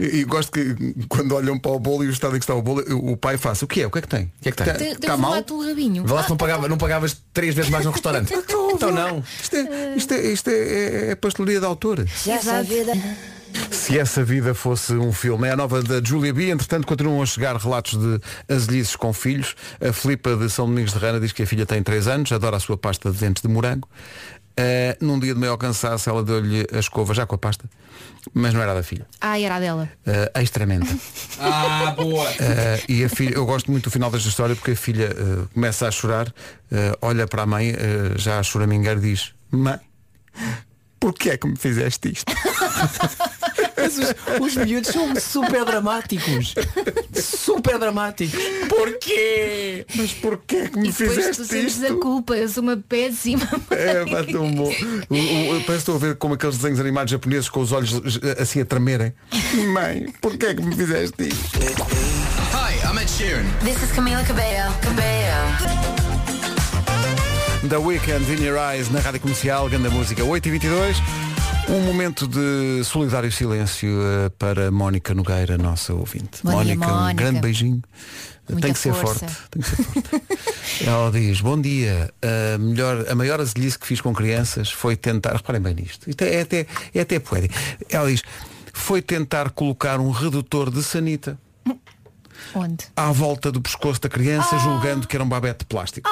S1: E, e gosto que quando olham para o bolo e o estado em que está o bolo, o pai faz. O que é? O que é que tem? O que é que
S3: tem?"
S5: Tem-
S1: Está
S5: Tem um
S1: mal?
S5: formato do rabinho.
S3: Vá lá se não, pagava, não pagavas três vezes mais no restaurante. então não.
S1: Isto é, isto é, isto é, é- é pastelaria de autor. Se essa vida fosse um filme, é a nova da Julia B. Entretanto, continuam a chegar relatos de asilhices com filhos. A Filipa de São Domingos de Rana diz que a filha tem 3 anos, adora a sua pasta de dentes de morango. Ah, num dia de maior cansaço, ela deu-lhe a escova já com a pasta, mas não era da filha.
S5: Ah, era a dela.
S1: Ah, extramente.
S3: Ah, boa.
S1: Ah, e a filha, eu gosto muito do final desta história porque a filha ah, começa a chorar, ah, olha para a mãe, ah, já a choramingar e diz, mãe, porquê é que me fizeste isto?
S3: Mas os, os miúdos são super dramáticos. Super dramáticos. Porquê?
S1: Mas porquê é que me
S5: E depois tu sentes a culpa, eu sou uma péssima.
S1: É, pá, tão bom. O- o- eu parece que estou a ver como aqueles desenhos animados japoneses com os olhos eh, assim a tremerem. Mãe, porquê é que me fizeste isto?
S2: Hi, I'm Ed Sheeran. This is Camila Cabello. Cabello.
S1: The Weekend in Your Eyes na Rádio Comercial, grande música 8h22. Um momento de solidário silêncio eh, para Mónica Nogueira, nossa ouvinte.
S5: Bom dia,
S1: um
S5: Mónica.
S1: grande beijinho.
S5: Muita
S1: tem que ser
S5: força.
S1: forte. Tem que ser forte. Ela diz, bom dia, a, melhor, a maior azelice que fiz com crianças foi tentar, reparem bem nisto, isto é, é até, é até poético. Ela diz, foi tentar colocar um redutor de sanita
S5: Onde?
S1: à volta do pescoço da criança,
S5: Ah.
S1: julgando que era um babete de plástico.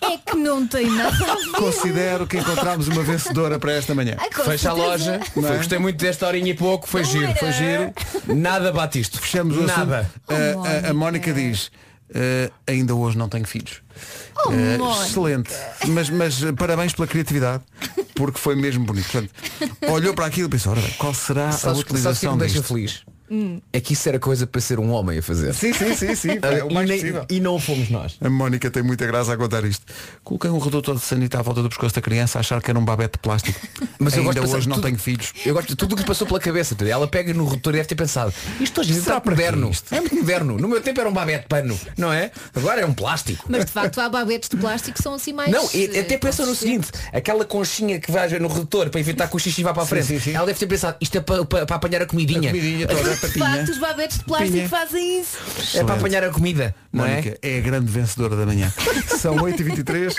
S5: É que não tem nada a ver.
S1: Considero que encontramos uma vencedora para esta manhã.
S5: Ai, com
S3: Fecha a
S5: certeza.
S3: loja.
S1: Não é?
S3: Gostei muito desta horinha e pouco. Foi giro, foi giro. Nada bate isto.
S1: Fechamos o
S3: Nada.
S1: assunto. Eh, A- a- a, Mónica diz, "Eh, ainda hoje não tenho filhos.
S5: Oh,
S1: Eh,
S5: Mónica.
S1: excelente. Mas, mas, eh, parabéns pela criatividade, porque foi mesmo bonito. Portanto, olhou para aquilo e pensou, ora bem, qual será a
S3: Sabes, que- sabes o que
S1: utilização
S3: me tipo, deixa
S1: disto?
S3: feliz?
S1: Hum.
S3: É que isso era coisa para ser um homem a fazer.
S1: Sim, sim, sim, sim. é
S3: Ah,
S1: o mais
S3: e, nem-
S1: possível.
S3: e não fomos nós.
S1: A Mónica tem muita graça a contar isto. Coloquei um redutor de sanita à volta do pescoço da criança a achar que era um babete de plástico.
S3: Mas eu
S1: Ainda
S3: gosto de
S1: hoje
S3: pensar
S1: não
S3: tudo-
S1: tenho filhos.
S3: Eu gosto de tudo o que lhe passou pela cabeça. entendeu? Ela pega no rotor e deve ter pensado, isto hoje em dia está moderno. É muito moderno. No meu tempo era um babete de pano, não é? Agora é um plástico.
S5: Mas de facto há babetes de plástico que são assim mais.
S3: Não, e
S5: eh,
S3: até pensam no seguinte, aquela conchinha que vais ver no redutor para evitar que o xixi vá para a frente, ela deve ter pensado, isto é para, para, para apanhar a comidinha.
S5: De
S1: A comidinha toda. a papinha.
S5: facto, os babetes de plástico
S1: Pinha.
S5: fazem isso.
S1: É para apanhar
S3: a comida,
S1: não Mónica, é? a grande vencedora da manhã. São 8h23.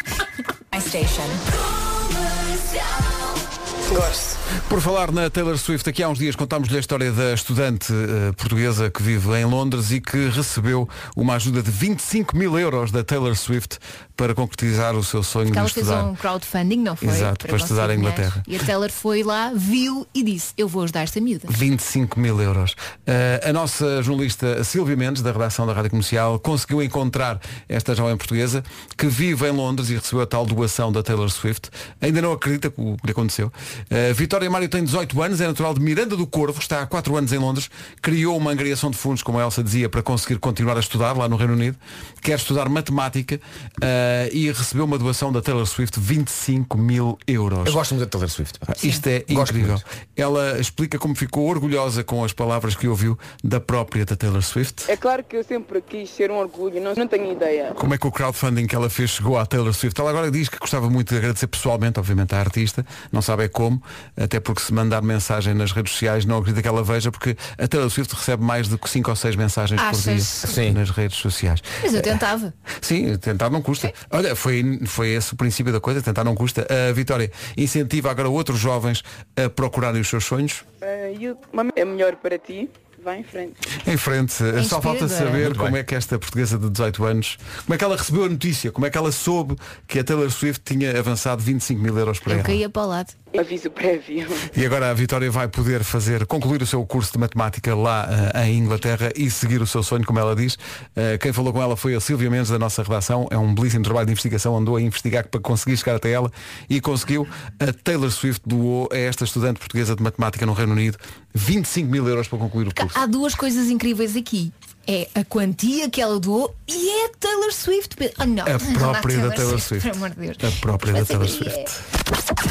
S16: Gosto.
S1: Por falar na Taylor Swift, aqui há uns dias contámos-lhe a história da estudante eh, portuguesa que vive em Londres e que recebeu uma ajuda de 25 mil euros da Taylor Swift para concretizar o seu sonho
S5: Porque
S1: de
S5: ela fez
S1: estudar.
S5: um crowdfunding, não foi?
S1: Exato, para estudar
S5: conseguir
S1: em Inglaterra.
S5: dinheiro. E a Taylor foi lá, viu e disse, eu vou ajudar esta miúda.
S1: 25 mil euros. Eh, a nossa jornalista Silvia Mendes, da redação da Rádio Comercial, conseguiu encontrar esta jovem portuguesa que vive em Londres e recebeu a tal doação da Taylor Swift. Ainda não acredita que o que lhe aconteceu. Eh, Vitória Mário tem 18 anos, é natural de Miranda do Corvo, está há 4 anos em Londres, criou uma angariação de fundos, como a Elsa dizia, para conseguir continuar a estudar lá no Reino Unido. Quer estudar matemática eh, e recebeu uma doação da Taylor Swift 25 mil euros.
S3: Eu gosto muito da Taylor Swift. pá.
S1: Ah, Isto é incrível. Ela explica como ficou orgulhosa com as palavras que ouviu da própria da Taylor Swift.
S17: É claro que eu sempre quis ser um orgulho, não, não tenho ideia.
S1: Como é que o crowdfunding que ela fez chegou à Taylor Swift? Ela agora diz que gostava muito de agradecer pessoalmente, obviamente, à artista, não sabe é como, até porque se mandar mensagem nas redes sociais não acredita que ela veja, porque a Taylor Swift recebe mais do que 5 ou 6 mensagens
S5: Achas?
S1: por dia
S5: Sim.
S1: nas redes sociais. Eh,
S5: Mas eu tentava.
S1: Sim, tentar não custa. Olha, foi, foi esse o princípio da coisa, tentar não custa. A Vitória incentiva agora outros jovens a procurarem os seus sonhos.
S17: Ah, e o- mami, é melhor para ti, vai em frente.
S1: Em frente, só
S17: Inspiradora.
S1: falta saber
S17: Muito
S1: como é que esta portuguesa de 18 anos, como é que ela recebeu a notícia, como é que ela soube que a Taylor Swift tinha avançado 25 mil euros para
S5: Eu
S1: ela.
S5: caía para o lado.
S17: Aviso prévio.
S1: E agora a Vitória vai poder fazer, concluir o seu curso de matemática lá eh, em Inglaterra e seguir o seu sonho, como ela diz. Eh, quem falou com ela foi a Silvia Mendes da nossa redação. É um belíssimo trabalho de investigação, andou a investigar para conseguir chegar até ela e conseguiu. A Taylor Swift doou a esta estudante portuguesa de matemática no Reino Unido 25 mil euros para concluir o curso.
S5: Há duas coisas incríveis aqui. É a quantia que ela doou e é a Taylor Swift. Ah, não.
S1: A
S5: não dá
S1: própria da Taylor Swift.
S5: Pelo amor de Deus.
S1: A própria da
S5: Mas
S1: Taylor
S5: é-
S1: Swift.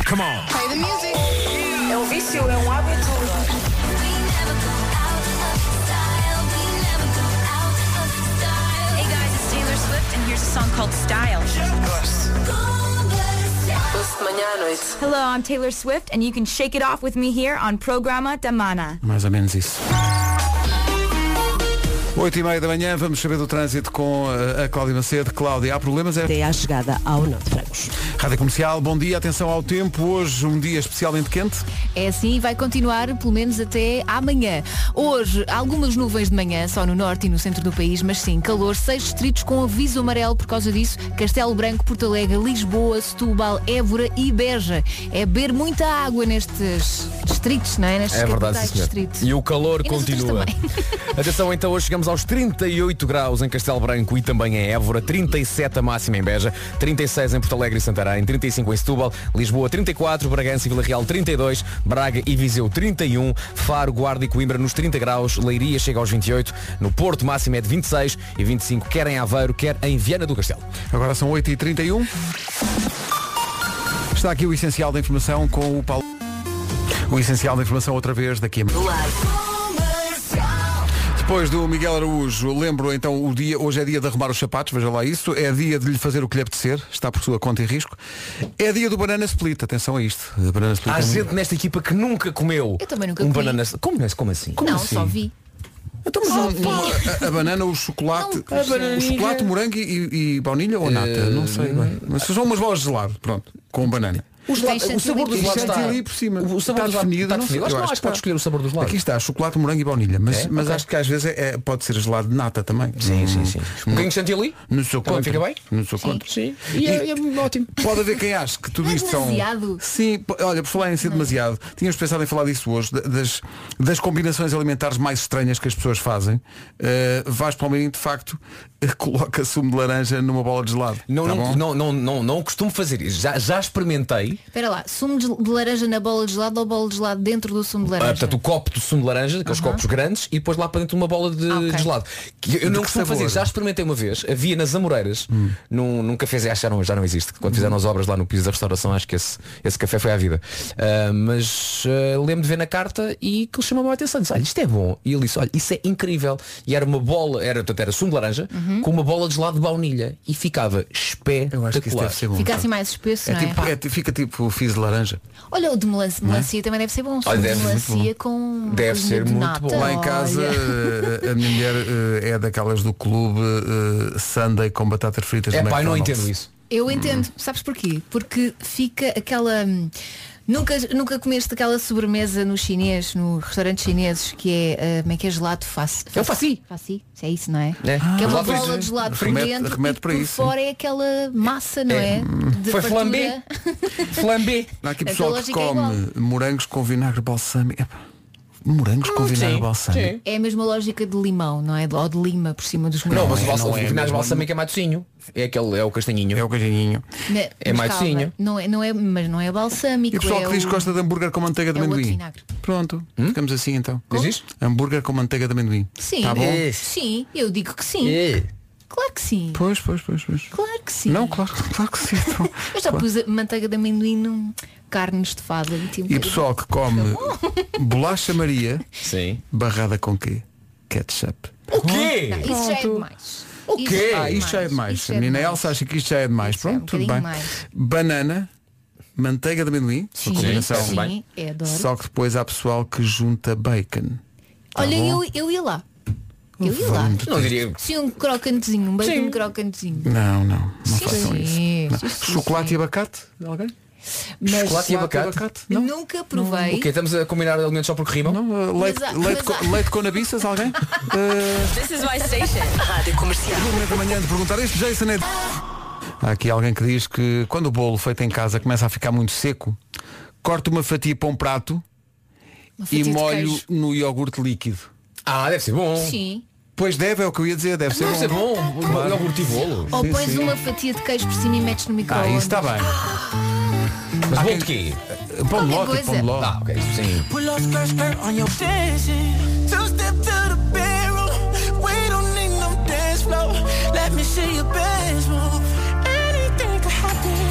S1: Come on!
S6: Play the music. É um vício, é um hábito.
S18: Hello, I'm Taylor Swift, and you can shake it off with me here on Programa da Mana.
S1: Mais ou menos isso. 8 e meia da manhã, vamos saber do trânsito com eh, a Cláudia Macedo. Cláudia, há problemas? É... Até
S12: à chegada ao Norte Francos.
S1: Rádio Comercial, bom dia, atenção ao tempo. Hoje um dia especialmente quente.
S5: É assim e vai continuar pelo menos até amanhã. Hoje, algumas nuvens de manhã, só no norte e no centro do país, mas sim, calor, seis distritos com aviso amarelo por causa disso. Castelo Branco, Porto Alegre, Lisboa, Setúbal, Évora e Beja. É beber muita água nestes distritos, não é? Nestes
S3: É verdade,
S5: capitais
S3: sim, senhor.
S5: distritos.
S3: E o calor
S5: E nas outras
S3: continua. Atenção, então hoje chegamos aos 38 graus em Castelo Branco e também em Évora, 37 a máxima em Beja, 36 em Porto Alegre e Santarém, 35 em Setúbal, Lisboa 34, Bragança e Vila Real 32, Braga e Viseu 31, Faro, Guarda e Coimbra nos 30 graus, Leiria chega aos 28, no Porto máximo é de 26 e 25, quer em Aveiro, quer em Viana do Castelo.
S1: Agora são 8h31. Está aqui o essencial da informação com o Paulo. O essencial da informação outra vez daqui a Depois do Miguel Araújo, lembro então o dia, hoje é dia de arrumar os sapatos, veja lá isso, é dia de lhe fazer o que lhe apetecer, está por sua conta e risco. É dia do banana split, atenção a isto. A banana split
S3: Há
S1: é
S3: gente nesta equipa que nunca comeu
S5: Eu também nunca
S3: um
S5: comi.
S3: banana... Como, como assim? Então,
S5: não, só vi. Só vi.
S1: A, a banana, o chocolate,
S5: hum, Não, a
S1: o
S5: bananinha.
S1: chocolate, morango e, e baunilha ou nata?
S3: Eh,
S1: não sei bem. Mas são umas bolas de gelado, pronto, com banana. é
S3: Os lados- o sabor dos lados está
S1: ali por cima.
S3: O sabor
S1: Está
S3: dos lados
S1: definido,
S3: está
S1: não sei,
S3: definido. Acho
S1: eu
S3: que não,
S1: acho
S3: acho
S1: que
S3: que pode
S1: está.
S3: escolher o sabor dos lados.
S1: Aqui está, chocolate, morango e baunilha, mas,
S3: É?
S1: mas
S3: Ok.
S1: acho que às vezes é, é- pode ser gelado de nata também. Sim, sim, sim.
S3: Um bocadinho de chantilly?
S1: Não sou
S3: Também
S1: contra.
S3: fica bem?
S1: Não sou contra.
S3: Sim.
S1: E é-
S3: ótimo.
S1: Pode haver quem ache que tudo
S3: É
S1: isto são.
S3: demasiado.
S1: Sim, po- olha, por falar em
S5: é?
S1: ser demasiado, tínhamos pensado em falar disso hoje, da- das, das combinações alimentares mais estranhas que as pessoas fazem. Uh, Vais para o menino, de facto, eh, coloca sumo de laranja numa bola de gelado.
S3: Não,
S1: Tá
S3: não,
S1: bom?
S3: não, não, não, não costumo fazer isso. Já, já experimentei.
S5: Espera lá, sumo de de laranja na bola de gelado ou bola de gelado dentro do sumo de
S3: ah,
S5: laranja?
S3: portanto, o copo de sumo de laranja, aqueles
S5: Aham.
S3: copos grandes, e depois lá para dentro uma bola de, de gelado. Que eu- eu
S1: De
S3: não
S1: que
S3: costumo
S1: sabor?
S3: fazer, já experimentei uma vez, havia nas Amoreiras, num, num café, acho que já não, já não existe. Quando fizeram as obras lá no piso da restauração, acho que esse, esse café foi à vida. Ah, mas ah, lembro de ver na carta e que ele chamou-me a atenção. Disse, olha, isto é bom. E ele disse, olha, isso é incrível. E era uma bola, era, portanto, era sumo de laranja, com uma bola de gelado de baunilha. E ficava espetacular. Eu acho que
S1: deve ser
S5: Fica assim mais espesso,
S3: É
S5: não
S3: tipo-
S5: é?
S1: É, fica tipo tipo fiz de laranja.
S5: Olha, o de melancia,
S1: Não é?
S5: melancia também deve ser bom.
S1: Olha,
S5: sumo de
S1: deve ser muito
S5: melancia com
S1: Deve
S5: coisinha
S1: ser
S5: de
S1: muito
S5: nata.
S1: bom. Lá em casa
S5: Tá. Olha.
S1: eh, a minha mulher eh, é daquelas do clube eh, Sunday com batatas fritas.
S3: É
S1: do
S3: pá, eu não
S1: McDonald's.
S3: entendo isso.
S1: Hum.
S5: Eu entendo, sabes porquê? Porque fica aquela. hum, Nunca, nunca comeste aquela sobremesa no chinês, no restaurante chineses, que é, ah, como é que é gelado faci? É o faci. Faci, é isso, não é?
S1: É.
S5: Que é uma
S1: Gelado
S5: bola
S1: frito.
S5: de gelado por
S1: Remete-
S5: dentro
S1: remete
S5: e
S1: para
S5: por
S1: isso, sim.
S5: fora é aquela massa, não é? De
S3: Foi
S5: fartura.
S3: flambé? Flambé.
S1: Há aqui
S5: Essa
S1: pessoal que
S5: lógica é
S1: come morangos com vinagre balsâmico. Epá, morangos
S5: Hum,
S1: com vinagre balsâmico.
S5: É a mesma lógica de limão, não é? Ou de lima por cima dos
S3: Não, mas o,
S5: morangos.
S3: balsa- o vinagre balsâmico é matocinho. É aquele, é o castanhinho. É
S1: o castanhinho.
S5: Na-
S3: É
S5: mas
S3: mais
S5: calma,
S3: docinho.
S5: Não é, não é, mas não é balsâmico.
S1: E o pessoal
S5: é
S1: que diz que
S5: o-
S1: gosta de hambúrguer com manteiga de
S5: é o outro
S1: amendoim.
S5: vinagre.
S1: Pronto, ficamos assim então.
S5: Como?
S1: Hambúrguer com manteiga de amendoim.
S5: Sim,
S1: Tá bom? É.
S5: sim, eu digo que sim. Claro que sim.
S1: Pois, pois, pois, pois.
S5: Claro que sim.
S1: Não, claro, claro que sim. então.
S5: Eu já
S1: Claro.
S5: pus a manteiga de amendoim num carne estofada e tipo.
S1: E pessoal que come
S5: Tá
S1: bolacha Maria barrada com quê? Ketchup.
S3: O quê?
S5: Não, isso já é demais. O
S1: quê? Ah, isto já é demais. a menina Elsa acha que isto já é demais. Pronto, tudo bem.
S5: um bocadinho mais.
S1: Banana, manteiga de amendoim,
S5: Sim,
S1: uma combinação.
S5: sim, Também. é, adoro.
S1: Só que depois há pessoal que junta bacon.
S5: Olha,
S1: bom.
S5: eu, eu ia lá. Eu ia lá.
S1: Não diria-
S5: Sim, um crocantezinho, um bacon crocantezinho.
S1: Não, não. Não
S5: Sim,
S1: façam
S5: sim,
S1: isso. Não.
S5: sim, sim,
S1: Chocolate e abacate? Alguém? Chocolate e abacate?
S5: Nunca provei.
S3: O quê? Estamos a combinar alimentos só porque rimam?
S1: uh, leite-
S5: Mas há-
S1: leite mas há- co- leite com nabiças, alguém?
S6: This is my station. Rádio Comercial.
S1: da manhã de perguntar isto, Jason é... Há aqui alguém que diz que quando o bolo feito em casa começa a ficar muito seco, corto uma fatia para um prato
S5: Uma fatia
S1: e
S5: de
S1: molho
S5: queijo.
S1: no iogurte líquido.
S3: Ah, deve ser bom.
S5: Sim.
S1: Pois deve, é o que eu ia dizer, deve ser
S3: Deve ser
S1: bom.
S3: bom.
S1: Claro.
S3: Iogurte e bolo.
S5: Ou
S1: Sim,
S5: pões
S1: sim.
S5: uma fatia de queijo por cima e metes no
S1: Ah,
S5: microondas.
S1: isso está bem. Mas bom de quê? Pão
S5: Qualquer
S1: de ló, tipo pão de
S5: coisa.
S1: ló. Ah, ok, sim.
S2: Pull up skirt, skirt on your dancing. Two step to the barrel. We don't need no dance floor. Let me see your best move. Anything could happen.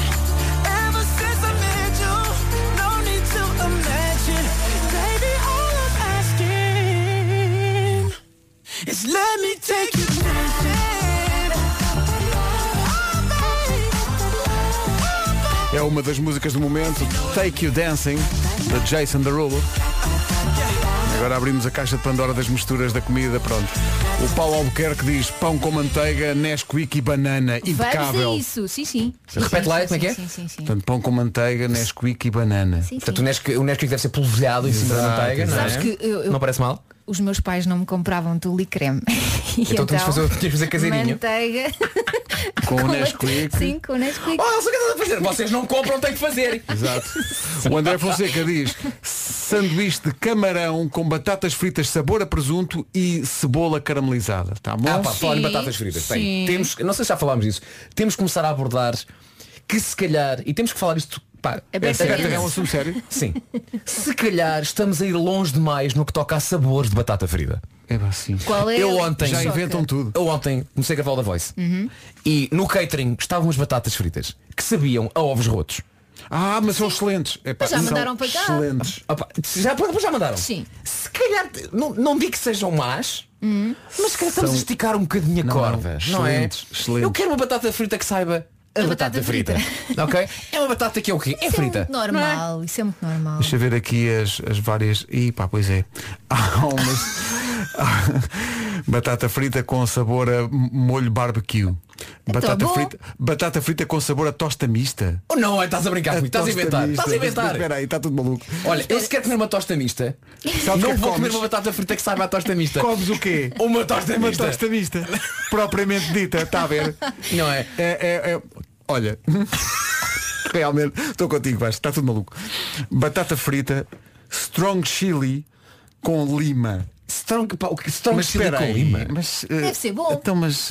S2: Ever since I met you, no need to imagine. Baby, all I'm asking is let me take you dancing. Oh,
S1: É uma das músicas do momento, Take You Dancing, da Jason Derulo. Agora abrimos a caixa de Pandora das misturas da comida, pronto. O Paulo Albuquerque diz pão com manteiga, Nesquik e banana, impecável.
S5: Vamos a isso, sim, sim. Sim,
S1: Repete
S5: sim,
S1: lá,
S5: sim,
S1: como é que é?
S5: Sim, sim, sim.
S1: Portanto, pão com manteiga, Nesquik e banana.
S5: Sim,
S3: Portanto,
S5: sim.
S3: o Nesquik, o Nesquik deve ser polvilhado em cima da
S1: Exato,
S3: manteiga, não é?
S5: Sabes que eu- eu-
S3: Não parece mal?
S5: Os meus pais não me compravam tule creme. E
S3: Então temos de fazer- temos de fazer caseirinho.
S5: Manteiga.
S1: Com o
S5: leite-
S1: Nesquik.
S5: Sim, com o Nesquik.
S3: Oh, Elsa, o que estás a fazer? Vocês não compram, tem que fazer.
S1: Exato. O André Fonseca diz sanduíche de camarão com batatas fritas sabor a presunto e cebola caramelizada. Tá bom?
S3: Ah, pá, falar em batatas fritas. Bem, temos, não sei se já falámos disso. Temos que começar a abordar que se calhar, e temos que falar isto, pá,
S1: Abertamente. É um assunto sério?
S3: Sim. Se calhar estamos a ir longe demais no que toca a sabores de batata frita.
S1: É assim.
S5: Qual é
S3: Eu
S5: o que
S3: ontem
S5: Já choca? inventam
S1: tudo.
S3: Eu ontem comecei a gravar o da Voice.
S5: Uhum.
S3: E no catering estavam as batatas fritas que sabiam a ovos rotos.
S1: Ah, mas são excelentes. Epá,
S5: Mas já são mandaram para cá. excelentes.
S1: Ah.
S3: já, já mandaram?
S5: Sim.
S3: Se calhar, não, não digo que sejam más,
S5: Hum.
S3: mas se calhar estamos a
S1: São-
S3: esticar um bocadinho a
S1: Não,
S3: corda.
S1: não,
S3: Não, é?
S1: excelentes, excelentes.
S3: Eu quero uma batata frita que saiba a, batata, frita. ok? É uma batata que é o quê? É
S5: Isso é
S3: frita.
S5: muito normal, isso é muito normal.
S1: Deixa eu ver aqui as, as várias. Ih, pá, pois é. Há umas. batata frita com sabor a molho barbecue.
S5: Então,
S1: Batata
S3: bom.
S1: frita, batata frita com sabor a tosta mista.
S3: Ou não, é? estás a brincar comigo, estás a
S1: tosta
S3: inventar.
S1: mista.
S3: Estás a inventar.
S1: Espera aí, está tudo maluco.
S3: Olha, eu se quero comer uma tosta mista,
S1: o que é
S3: não
S1: que
S3: vou
S1: comes?
S3: comer uma batata frita que saiba a tosta mista.
S1: Comes o quê?
S3: Uma tosta
S1: Uma
S3: mista.
S1: tosta mista. Propriamente dita, está a ver?
S3: Não é?
S1: É, é, é- Olha. Realmente, estou contigo, Vasco, está tudo maluco. Batata frita, strong chili com lima.
S3: Strong, pá, o que strong
S1: mas
S3: chili
S1: espera
S3: com
S1: aí,
S3: lima?
S1: Mas, eh,
S5: Deve ser bom.
S1: Então, mas.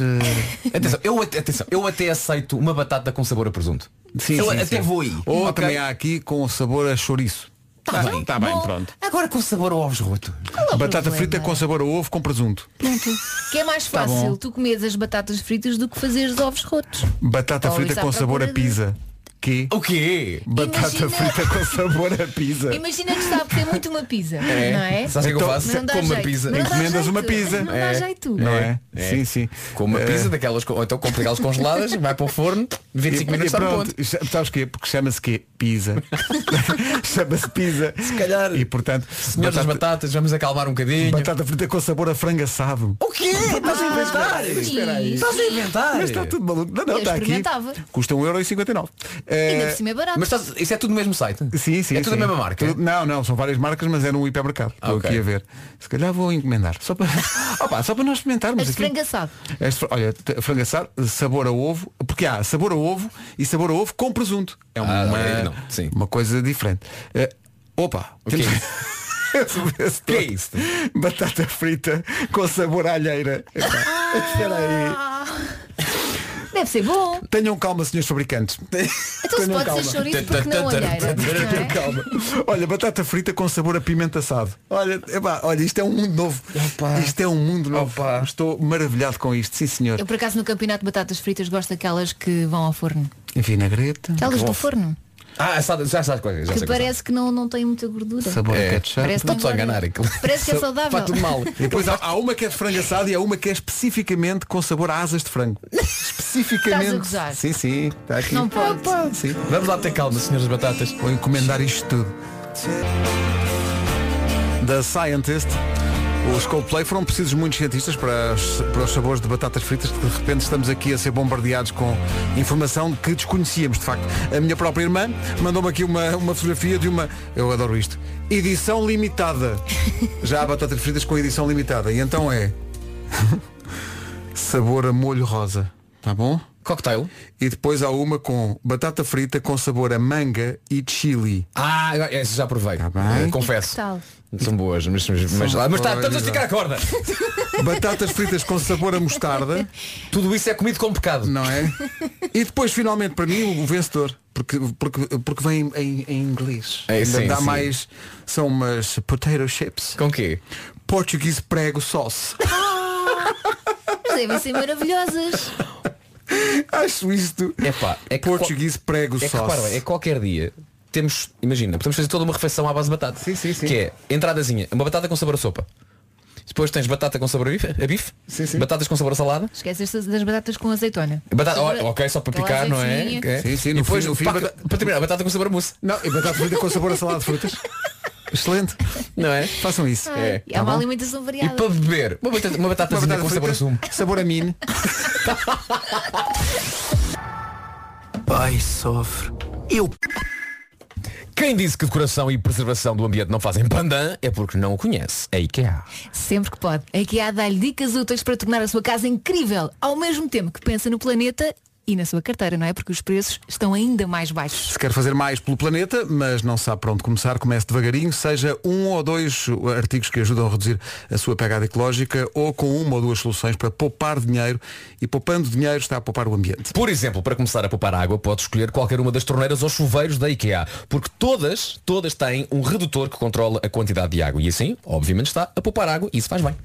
S3: Atenção, eu, até- atenção, eu até aceito uma batata com sabor a presunto.
S1: Sim,
S3: eu
S1: sim,
S3: até
S1: sim.
S3: vou aí.
S1: Ou
S3: Ok?
S1: também há aqui com sabor a chouriço.
S3: Tá
S5: Então,
S3: bem,
S1: tá bem, pronto.
S3: Agora com sabor a ovos roto.
S5: é
S1: Batata
S5: problema?
S1: frita com sabor a ovo com presunto.
S5: Pronto. Que é mais
S1: Tá
S5: fácil
S1: bom.
S5: tu comeres as batatas fritas do que fazeres ovos rotos.
S1: Batata
S5: Ou
S1: frita
S5: isso à
S1: com sabor a
S5: procura de-
S1: pizza. quê? O quê? Batata
S5: Imagina-
S1: frita com sabor a pizza.
S5: Imagina que sabe que tem muito uma pizza,
S1: É.
S5: não é?
S1: Sabes o que eu faço?
S5: Não dá
S1: Como uma
S5: jeito.
S1: pizza.
S5: Não dá
S1: Encomendas
S5: jeito.
S1: uma pizza.
S5: Não dá
S1: É.
S5: jeito.
S1: Não é? Sim, sim.
S3: Com uma
S1: É.
S3: pizza daquelas, co- ou então compra aquelas congeladas, vai para o forno, 25
S1: E-
S3: minutos
S1: e
S3: está
S1: pronto.
S3: pronto.
S1: E sa- Sabes quê? Porque chama-se quê? Pizza. chama-se pizza. Se calhar. E portanto.
S3: Senhor das batatas, vamos acalmar um bocadinho.
S1: Batata frita com sabor a frango assado.
S3: O quê? Ah, é Estás a inventar?
S1: Espera aí.
S3: Estás a inventar?
S1: Mas está tudo maluco. Não, não,
S5: Eu
S1: está aqui.
S5: experimentava.
S1: Custa 1,59€. Eh,
S5: Ainda por cima é barato.
S3: Mas estás- isso é tudo no mesmo site?
S1: Sim, sim.
S3: É tudo
S1: sim.
S3: a mesma marca?
S1: Tudo- não, não, são várias marcas, mas é num hipermercado. Estou
S3: ok.
S1: aqui a ver. Se calhar vou encomendar. Só para, Opa, só para nós experimentarmos
S5: Mas
S1: aqui.
S5: frango assado.
S1: Este fra- olha, t- frango assado, sabor a ovo, porque há sabor a ovo e sabor a ovo com presunto. É uma,
S3: ok, não,
S1: uma coisa diferente. Eh, opa, temos... que é isso? Batata frita com sabor à alheira. Epá, Espera
S5: É.
S1: aí.
S5: Deve ser bom.
S1: Tenham calma, senhores fabricantes.
S5: Então se
S1: Tenham
S5: pode ser chouriço porque não alheira. não é?
S1: Calma. Olha, batata frita com sabor a pimenta assado. Olha, epá, olha, isto é um mundo novo. Isto é um mundo novo. Estou maravilhado com isto, sim senhor.
S5: Eu por acaso no campeonato de batatas fritas gosto daquelas que vão ao forno.
S1: Vinagrete.
S5: Aquelas do forno.
S3: Ah, sabe- já sabes qual é. Já
S5: Que
S3: sei qual é.
S5: parece que não, não tem muita gordura.
S1: Sabor a
S3: É.
S1: ketchup.
S5: Parece
S3: Estou-te só a
S5: bem
S3: enganar aquilo.
S5: Parece que é saudável.
S3: Faz tudo mal.
S1: E depois há, há uma que é de frango assado e há uma que é especificamente com sabor a asas de frango. Especificamente.
S5: Estás a gozar.
S1: Sim, sim. Está aqui.
S5: Não pode.
S1: Opa, sim. Vamos lá ter calma, senhoras batatas. Vou encomendar isto tudo. Da Scientist. Os Coldplay foram precisos muitos cientistas para, as- para os sabores de batatas fritas, de repente estamos aqui a ser bombardeados com informação que desconhecíamos, de facto. A minha própria irmã mandou-me aqui uma, uma fotografia de uma, eu adoro isto, edição limitada. Já há batatas fritas com edição limitada. E então é sabor a molho rosa. Tá bom?
S3: Cocktail.
S1: E depois há uma com batata frita com sabor a manga e chili.
S3: Ah, agora- esse já provei.
S1: bem.
S3: Eh, Confesso.
S5: Tal.
S3: São boas, mas, mas, mas,
S1: São
S3: ah, mas tá,
S1: boas,
S3: estamos a esticar a
S1: exato.
S3: corda.
S1: Batatas fritas com sabor a mostarda.
S3: Tudo isso é comido com pecado.
S1: Não é? E depois, finalmente, para mim, o vencedor. Porque, porque, porque vem em, em inglês.
S3: É,
S1: Ainda
S3: sim,
S1: dá
S3: sim.
S1: mais. São umas potato chips.
S3: Com quê?
S1: Portuguese prego sauce.
S5: Mas devem ser maravilhosas.
S1: Acho isto.
S3: É pá, é que
S1: Portuguese prego
S3: é que,
S1: sauce.
S3: repara bem, é qualquer dia. Temos, imagina, podemos fazer toda uma refeição à base de batata. Sim, sim, sim. Que é entradazinha, uma batata com sabor a sopa. Depois tens batata com sabor a bife, a bife batatas com sabor a salada.
S5: Esqueces das batatas com azeitona.
S3: Batata,
S5: Sobre-
S3: ó, ok, só para
S5: aquela
S3: picar, não é?
S5: azeitinha.
S3: Ok.
S1: Sim, sim,
S3: e
S1: no
S3: depois,
S1: fim- no fim,
S3: pá,
S1: batata-
S3: para terminar, batata com sabor a mousse.
S1: Não, e batata frita com sabor a salada de frutas. Excelente.
S3: Não é?
S1: Façam isso.
S5: Ai, É,
S1: Tá
S5: uma
S1: bom?
S5: alimentação
S3: E
S5: variada.
S3: para beber, uma batata, uma batatazinha
S1: Uma batata
S3: com sabor
S1: frita,
S3: a sumo.
S1: Sabor a mine.
S14: Pai sofre. Eu.
S3: Quem disse que decoração e preservação do ambiente não fazem pandan é porque não o conhece. É IKEA.
S5: Sempre que pode. A IKEA dá-lhe dicas úteis para tornar a sua casa incrível, ao mesmo tempo que pensa no planeta e na sua carteira, não é? Porque os preços estão ainda mais baixos.
S1: Se quer fazer mais pelo planeta, mas não sabe para onde começar, comece devagarinho, seja um ou dois artigos que ajudam a reduzir a sua pegada ecológica ou com uma ou duas soluções para poupar dinheiro e poupando dinheiro está a poupar o ambiente.
S3: Por exemplo, para começar a poupar água, pode escolher qualquer uma das torneiras ou chuveiros da IKEA, porque todas, todas têm um redutor que controla a quantidade de água. E assim, obviamente, está a poupar água e isso faz bem.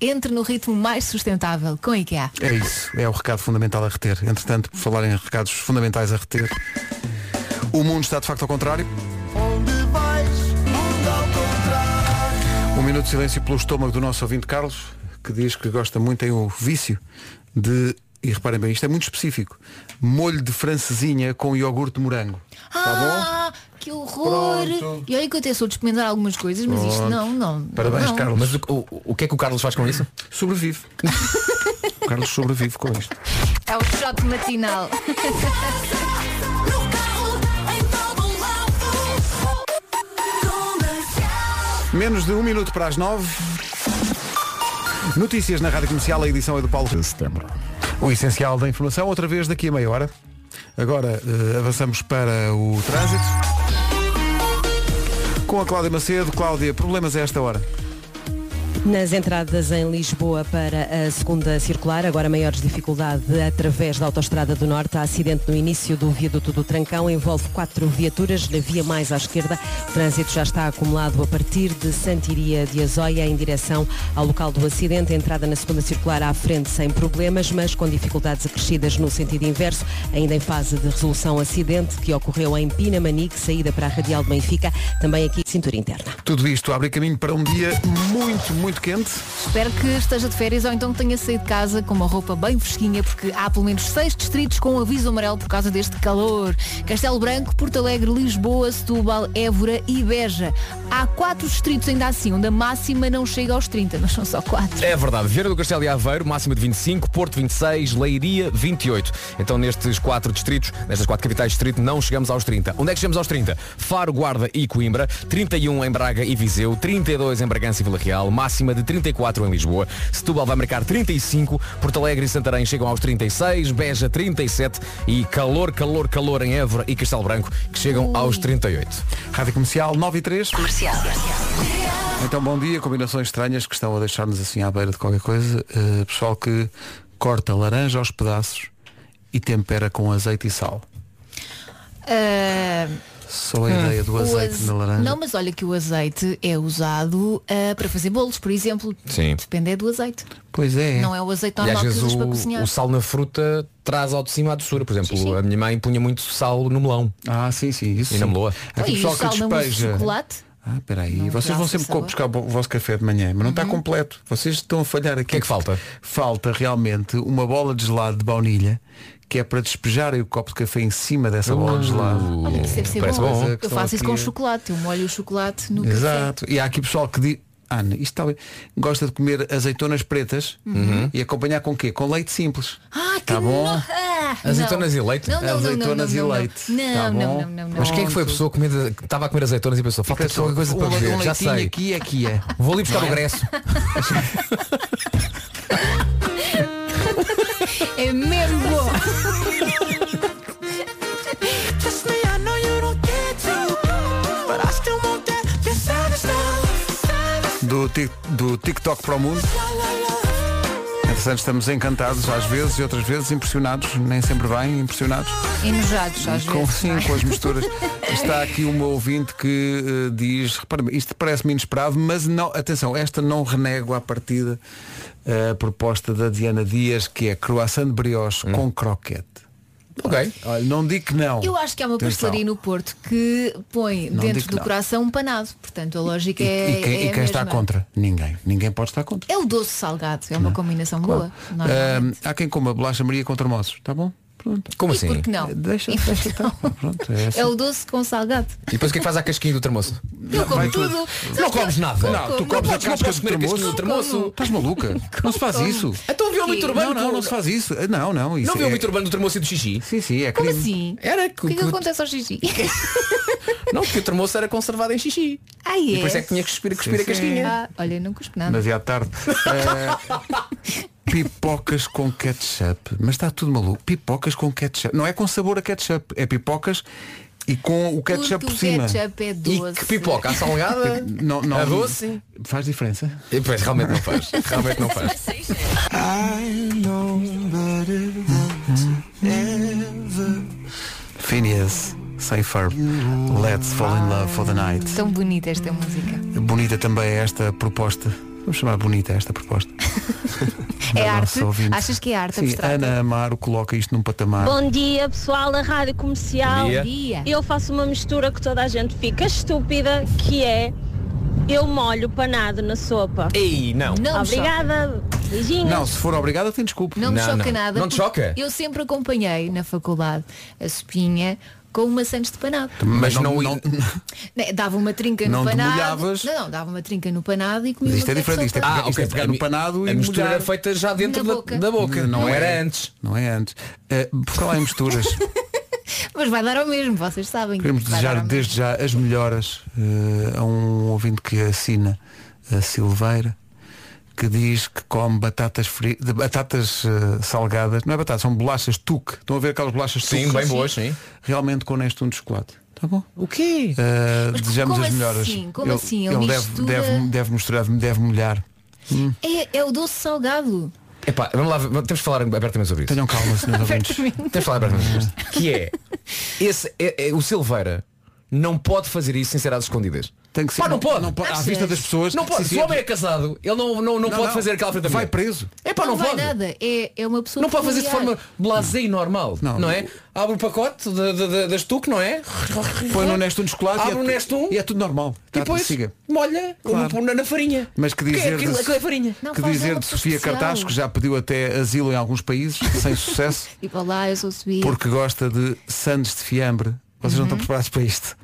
S5: Entre no ritmo mais sustentável com a IKEA.
S1: É isso, é o recado fundamental a reter. Entretanto, por falar em recados fundamentais a reter, o mundo está de facto ao contrário. Um minuto de silêncio pelo estômago do nosso ouvinte Carlos, que diz que gosta muito, tem o vício de, e reparem bem, isto é muito específico, molho de francesinha com iogurte de morango.
S5: Ah, que horror! E olha que eu até sou de experimentar algumas coisas, mas isto
S1: Pronto.
S5: não, não.
S1: Parabéns,
S5: não.
S1: Carlos.
S3: Mas o, o- o que é que o Carlos faz com isso?
S1: Sobrevive. o Carlos sobrevive com isto.
S5: É o choque matinal.
S1: Menos de um minuto para as nove. Notícias na Rádio Comercial, a edição é do Paulo. De setembro. O essencial da informação, outra vez daqui a meia hora. Agora eh, avançamos para o trânsito. Com a Cláudia Macedo. Cláudia, problemas a esta hora?
S12: Nas entradas em Lisboa para a segunda circular, agora maiores dificuldade através da Autostrada do Norte. Há acidente no início do viaduto do Trancão, envolve quatro viaturas, na via mais à esquerda. O trânsito já está acumulado a partir de Santiria de Azóia em direção ao local do acidente. A entrada na segunda circular à frente sem problemas, mas com dificuldades acrescidas no sentido inverso, ainda em fase de resolução acidente que ocorreu em Pinamanique, saída para a Radial de Benfica, também aqui cintura interna.
S1: Tudo isto abre caminho para um dia muito, muito quente.
S5: Espero que esteja de férias ou então que tenha saído de casa com uma roupa bem fresquinha, porque há pelo menos seis distritos com aviso amarelo por causa deste calor. Castelo Branco, Porto Alegre, Lisboa, Setúbal, Évora e Beja. Há quatro distritos ainda assim, onde a máxima não chega aos 30, mas são só quatro.
S3: É verdade. Vieira do Castelo e Aveiro, máxima de 25, Porto 26, Leiria 28. Então nestes quatro distritos, nestas quatro capitais de distrito, não chegamos aos 30. Onde é que chegamos aos 30? Faro, Guarda e Coimbra, 31 em Braga e Viseu, 32 em Bragança e Vila Real, máxima de 34 em Lisboa, Setúbal vai marcar 35, Porto Alegre e Santarém chegam aos 36, Beja 37 e calor, calor, calor em Évora e Castelo Branco, que chegam aos 38.
S1: Rádio Comercial 9 e 3. Então bom dia, combinações estranhas que estão a deixar-nos assim à beira de qualquer coisa. Eh, pessoal que corta laranja aos pedaços e tempera com azeite e sal.
S5: Ah,
S1: Só a ideia do
S5: o
S1: azeite
S5: aze-
S1: na laranja.
S5: Não, mas olha que o azeite é usado ah, para fazer bolos, por exemplo.
S3: Sim.
S5: Depende é do azeite.
S1: Pois é.
S5: Não é o azeite
S3: E às
S5: normal que
S3: vezes
S5: usas para
S3: o,
S5: cozinhar.
S3: o sal na fruta traz ao de cima a doçura. Por exemplo, a minha mãe punha muito sal no melão.
S1: Ah, sim, sim. Isso
S3: e na
S1: sim.
S3: meloa.
S5: Então, e o sal não usa chocolate?
S1: Ah, espera aí. Vocês
S5: dá
S1: vão
S5: esse
S1: sempre
S5: sabor?
S1: buscar o vosso café de manhã, mas não
S5: Uhum.
S1: está completo. Vocês estão a falhar aqui. O que é que falta? Falta realmente uma bola de gelado de baunilha que é para despejarem o copo de café em cima dessa bola de
S3: Uh.
S1: gelado.
S5: Olha, isso deve ser
S1: é, Parece
S5: bom.
S1: bom.
S5: Eu faço isso com chocolate. Eu molho o chocolate no café.
S1: Exato. E há aqui pessoal que diz, Ana, isto talvez gosta de comer azeitonas pretas
S5: Uhum.
S1: e acompanhar com quê? Com leite simples.
S5: Ah, que
S1: Tá bom.
S5: no- Ah,
S3: Azeitonas
S5: não.
S3: e leite?
S5: Não, não, não, não,
S1: Azeitonas
S5: não,
S1: e
S5: não, não.
S1: leite.
S5: Não,
S1: Tá
S5: não,
S1: bom.
S5: não, não, não.
S3: Mas quem é que foi a
S5: Pronto.
S3: pessoa que comia- que estava a comer azeitonas e pensou, falta aqui qualquer coisa para
S1: um-
S3: beber,
S1: um
S3: já
S1: leitinho
S3: sei.
S1: aqui e aqui é.
S3: Vou ali buscar
S1: Não
S3: o
S1: é?
S3: gresso.
S5: É mesmo bom.
S2: Trust me, I know you don't get to, but I still want that. Your savage love, savage
S1: do, Tik- do TikTok para o mundo. Entretanto, estamos encantados às vezes e outras vezes impressionados, nem sempre bem, impressionados.
S5: Enojados às
S1: com,
S5: vezes. é?
S1: sim, com as misturas. Está aqui uma ouvinte que eh, diz, repara isto parece-me inesperado, mas não, atenção, esta não renego à partida eh, a proposta da Diana Dias, que é croissant de brioche com croquete.
S3: Ok.
S1: Olha, não digo que não.
S5: Eu acho que há uma
S1: Atenção.
S5: pastelaria no Porto que põe
S1: Não
S5: dentro
S1: digo
S5: do
S1: não.
S5: coração um panado. Portanto, a lógica é.
S1: E quem,
S5: é
S1: e
S5: a
S1: quem está
S5: mesma.
S1: contra? Ninguém. Ninguém pode estar contra.
S5: É o doce salgado, é uma combinação boa. Não é?
S1: Ah, há quem coma bolacha Maria com termossos, está bom? Pronto.
S3: Como assim?
S5: E por que não? E por que não?
S1: Pronto, é assim.
S5: É o doce com salgado.
S3: E depois o que é que faz à casquinha do termoço?
S5: Eu como
S3: vai
S5: tudo.
S3: Não comes nada.
S1: Não, tu comes a
S3: podes- não
S1: casca
S3: podes
S1: do
S3: comer a casquinha
S1: termoço.
S3: do termoço.
S1: Estás maluca? Não se faz
S3: Como?
S1: isso.
S3: Então viu o Vitor
S1: Não,
S3: Urbano
S1: não,
S3: com-
S1: não se faz isso. Não, não. Isso
S3: Não viu
S1: é...
S3: o Vitor Urbano do termoço e do xixi?
S1: Sim, sim, é
S5: Como
S1: crime.
S5: assim?
S3: Era
S5: O que é que acontece ao xixi?
S3: Não, porque o termoço era conservado em xixi.
S5: Ah,
S3: E
S5: é?
S3: por isso é que tinha que cuspir, cuspir
S1: Sim,
S3: a casquinha.
S5: Ah, olha, eu não cuspo nada.
S1: Mas é à tarde. Eh, pipocas com ketchup. Mas está tudo maluco. Pipocas com ketchup. Não é com sabor a ketchup. É pipocas e com o
S5: Porque
S1: ketchup por
S5: o
S1: cima. Eh,
S5: ketchup é doce.
S3: Que pipoca, a salgada?
S1: Não, não,
S3: A doce?
S1: Faz diferença?
S3: E, pois, realmente não faz. Realmente não faz.
S1: Phineas, Safer, Let's Fall in Love for the Night.
S5: Tão bonita esta música.
S1: Bonita também é esta proposta. Vamos chamar bonita esta proposta.
S5: É
S1: Da
S5: arte?
S1: nossa ouvinte.
S5: Achas que é arte
S1: Sim,
S5: abstrata?
S1: Ana Amaro coloca isto num patamar.
S16: Bom dia pessoal da Rádio Comercial.
S1: Bom
S3: É.
S1: dia. Bom dia.
S16: Eu faço uma mistura que toda a gente fica estúpida, que é eu molho o panado na sopa.
S3: Ei, não.
S5: Não me
S16: Obrigada. Beijinhos.
S1: Não, se for obrigada, tem desculpa.
S5: Não me choca nada.
S1: Não te
S5: porque
S1: choca?
S5: Eu sempre acompanhei na faculdade a sopinha com uma sandes de panado.
S1: Mas não, não,
S5: Né, Dava uma trinca no
S1: Não te
S5: panado.
S1: molhavas?
S5: Não, não, dava uma trinca no panado e comia
S1: Mas isto
S5: uma
S1: é diferente, isto é,
S5: sopa.
S1: pegar, isto é pegar no panado e
S3: Ah, A mistura
S1: molhar.
S3: era feita já dentro
S5: Na
S3: da
S5: boca.
S3: da boca. Não era
S1: antes. Não é antes. Eh, por falar em misturas,
S5: Mas vai dar ao mesmo, vocês sabem.
S1: queremos
S5: Vai dar
S1: desejar
S5: ao
S1: desde já as melhoras eh, a um ouvinte que assina a Silveira, que diz que come batatas fritas, batatas eh, salgadas, não é batatas, são bolachas tuque. Estão a ver aquelas bolachas
S3: Sim,
S1: tuque?
S3: bem boas, sim.
S1: Realmente com neste um de chocolate. Tá bom.
S3: O quê?
S1: Eh,
S5: Mas
S1: desejamos
S5: como
S1: as melhoras.
S5: assim? Como
S1: ele
S5: assim? Ele
S1: ele deve,
S5: mistura-
S1: deve, deve misturar, deve molhar.
S5: É, é o doce salgado.
S3: Epá, vamos lá, vamos- temos de falar abertamente sobre isso. Tenham calma,
S5: senhores ouvintes.
S1: um
S5: Abertamente.
S3: Temos de falar abertamente sobre isto. Que é, esse, é, é- o Silveira não pode fazer isso sem ser às escondidas. Tem que
S1: ser-
S3: Pá, não,
S1: não-
S3: pode.
S1: não pode. À vista das pessoas.
S3: Não
S1: Sim,
S3: pode. Se
S1: sim.
S3: o homem é casado, ele não, não, não,
S1: Não,
S3: pode
S1: não.
S3: fazer aquela frente
S1: Vai
S3: preso. É pá,
S5: não
S3: não,
S5: vai
S3: pode.
S5: nada. É, é uma pessoa
S3: Não pode fazer isso de
S5: peculiar.
S3: forma blasé e normal, não, é? Abre o pacote da- da- da- das tuque, não é?
S1: Põe no Nestum de chocolate
S3: Abre um.
S1: e,
S3: o
S1: é,
S3: Nestum
S1: e é tudo normal.
S3: e
S1: Tá,
S3: depois
S1: siga.
S3: molha
S1: Claro.
S3: no- na, na farinha.
S1: Mas que
S3: Porque
S1: dizer
S3: aquilo-
S1: de-
S3: aquilo é farinha.
S1: que dizer de Sofia Cartaz, que já pediu até asilo em alguns países, sem sucesso,
S5: Tipo, olá, eu sou Sofia.
S1: porque gosta de sandes de fiambre. Vocês
S5: Uhum.
S1: não estão preparados para isto.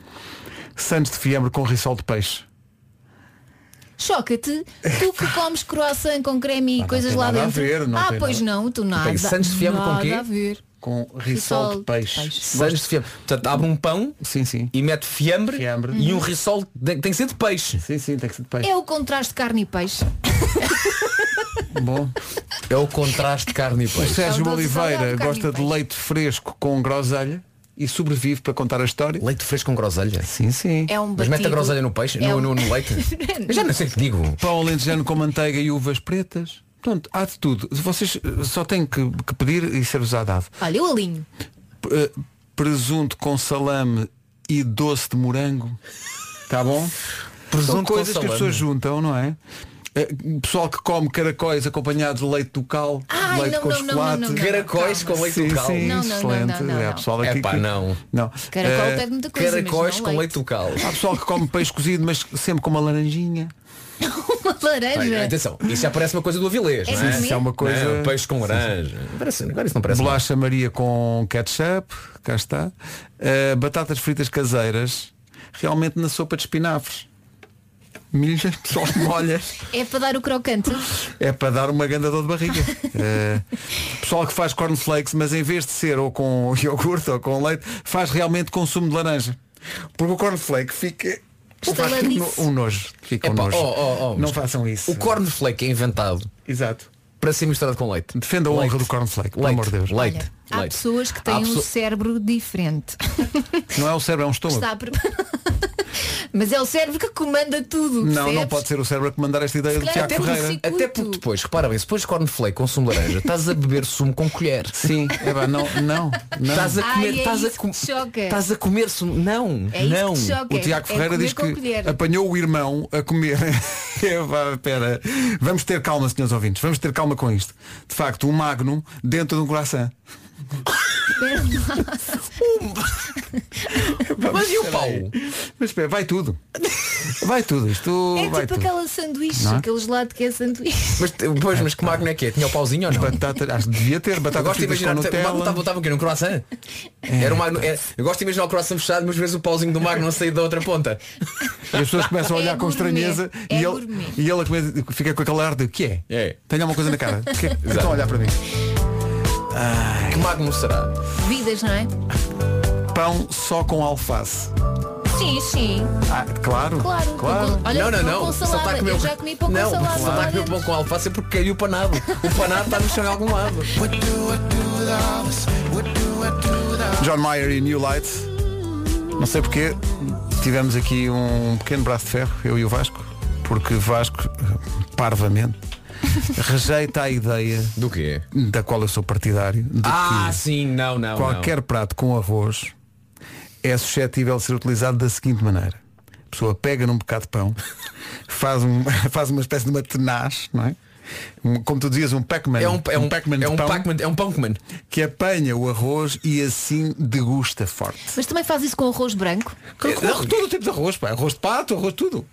S1: Sandes de fiambre com rissol de peixe.
S5: Choca-te, tu que comes croissant com creme e coisas
S1: Ah, tem
S5: lá
S1: nada a
S5: dentro.
S1: ver, não
S5: ah,
S1: tem
S5: pois
S1: nada.
S5: não, tu nada.
S3: Tem Santos de fiambre com
S5: nada
S3: quê?
S5: a ver.
S1: Com
S5: rissol de peixe.
S3: Sandes de fiambre. Portanto, abre um pão
S1: sim, sim.
S3: e mete fiambre, e um
S5: Uhum.
S3: risol tem, tem que ser de peixe.
S1: Sim, sim, tem que ser de
S5: É o contraste de carne e peixe.
S1: Bom.
S3: É o contraste de carne e
S1: O
S3: peixe.
S1: Sérgio
S5: É o doce
S1: Oliveira
S5: salgado, carne
S1: gosta
S5: e
S1: de
S5: peixe.
S1: leite fresco com groselha e sobrevive para contar a história.
S3: Leite fresco com groselha?
S1: Sim, sim.
S5: É um
S3: Mas mete a
S5: batido.
S3: groselha no peixe,
S5: É
S3: no,
S5: um-
S3: no, no leite. Eu já não sei o que digo.
S1: Pão alentejano com manteiga e uvas pretas. Pronto, há de tudo. Vocês eh, só têm que, que pedir e ser-vos a dado.
S5: Olha, eu alinho.
S1: P- eh, Presunto com salame e doce de morango. Tá bom? São
S3: Presunto com
S1: coisas que as
S3: salame.
S1: pessoas juntam, não é? Eh, Pessoal que come caracóis acompanhados de leite do cal,
S5: Ai,
S1: leite
S5: não,
S1: com
S5: não, não,
S1: chocolate.
S5: não, não, não,
S3: Caracóis
S1: Calma.
S3: com leite
S1: Sim,
S3: do cal.
S1: sim,
S5: Não, não, não,
S1: excelente.
S5: não, não,
S1: É,
S5: não.
S1: pessoal aqui
S3: Epá,
S1: que-
S3: não.
S1: não.
S5: Caracol
S1: Eh,
S5: pede muita coisa, mas
S3: Caracóis
S5: não
S3: com
S5: leite.
S3: leite do cal.
S1: Há pessoal que come peixe cozido, mas sempre com uma laranjinha.
S5: Uma
S3: Olha,
S5: laranja.
S3: atenção, isso já parece uma coisa do Avilés,
S5: É
S3: não é?
S5: comer? Isso é
S1: uma coisa-
S3: Não, peixe com laranja. Parece, agora isso não parece.
S1: Bolacha Maria com ketchup, cá está. Eh, batatas fritas caseiras, realmente na sopa de espinafres. Milhas, só molhas.
S5: É para dar o crocante.
S1: É para dar uma grande dor de barriga. Eh, pessoal que faz cornflakes, mas em vez de ser ou com iogurte ou com leite, faz realmente consumo de laranja. Porque o cornflake fica.
S5: Estaladiço.
S1: Um no- um nojo. Fica um
S3: Epá,
S1: nojo.
S3: oh, oh, oh,
S1: Não
S3: mas-
S1: façam isso.
S3: O cornflake é inventado.
S1: Exato.
S3: Para ser misturado com leite.
S1: Defenda a
S3: Leite.
S1: honra do cornflake, pelo
S3: Leite.
S1: amor de Deus.
S3: Leite.
S5: Olha, há
S3: leite.
S5: pessoas que
S3: Há
S5: têm um
S3: pessoa-
S5: cérebro diferente.
S1: Não é o cérebro, é um estômago.
S5: Está pre- Mas é o cérebro que comanda tudo.
S1: Não,
S5: percebes?
S1: não pode ser o cérebro a comandar esta
S5: Se
S1: ideia do
S5: calhar
S1: Tiago
S5: até um por
S1: Ferreira.
S5: si-
S3: Até porque depois, repara bem, se depois cornflake com sumo de laranja, estás a beber sumo com colher.
S1: Sim, é pá, não, não, não.
S3: Estás a
S5: Ai,
S3: comer,
S5: é
S3: estás a
S5: isso que
S3: comer.
S5: te choca.
S3: Estás a comer sumo. Não,
S5: É isso que
S3: não.
S5: te choca.
S1: O Tiago
S5: É
S1: Ferreira
S5: comer
S1: diz
S5: com
S1: que
S5: colher.
S1: apanhou o irmão a comer. É, vá, Pera, vamos ter calma, senhores ouvintes, vamos ter calma com isto. De facto, um magnum dentro de um coração.
S5: Espera lá.
S3: Mas e o pau?
S1: Mas espera, vai tudo. Vai tudo, isto
S5: É
S1: vai
S5: tipo
S1: tudo.
S5: aquela sanduíche,
S1: Não é?
S5: aquele gelado que é sanduíche.
S3: Mas, pois, mas que magno é que é? Tinha o pauzinho ou não?
S1: Batata, acho que devia ter batata
S3: Eu gosto de
S1: fritas com
S3: imaginar
S1: Nutella. É.
S3: Estavam estavam o quê? Num croissant? Era um magno, era- eu gosto de imaginar o croissant fechado, mas vezes o pauzinho do magno a sair da outra ponta.
S1: E as pessoas começam a olhar
S5: É
S1: com
S5: gourmet,
S1: estranheza
S5: é
S1: e, ele,
S5: gourmet.
S1: e ele começa- fica com aquele ar de que é?
S3: É.
S1: Tenho alguma coisa na cara. Que, que estão a olhar para mim.
S3: Que magno será?
S5: Vidas, não é?
S1: Pão só com alface.
S5: Sim, sim.
S1: Ah, claro.
S5: Claro. Com- Olha,
S3: não,
S5: pão
S3: não, não.
S5: com
S3: Só
S5: salada.
S3: está a comer
S5: Eu
S3: o-
S5: já comi pão
S3: não,
S5: com salada.
S3: Só está a comer pão com alface é porque caiu o panado. O panado está no chão em algum lado.
S1: John Mayer e New Light. Não sei porquê, tivemos aqui um pequeno braço de ferro, eu e o Vasco, porque Vasco, parvamente, rejeita a ideia
S3: Do quê?
S1: da qual eu sou partidário, de
S3: Ah,
S1: que
S3: sim, não, não.
S1: qualquer prato com arroz é suscetível de ser utilizado da seguinte maneira. A pessoa pega num bocado de pão, faz, um, faz uma espécie de uma tenaz, não é? Um- Como tu dizias, um Pac-Man.
S3: não. É um, é um,
S1: Pac-Man
S3: é
S1: de
S3: um
S1: pão
S3: Pac-Man, é um pão coman.
S1: que apanha o arroz e assim degusta forte.
S5: Mas também faz isso com arroz branco.
S1: Arroz, todo o tipo de arroz, pá. arroz de pato, arroz de tudo.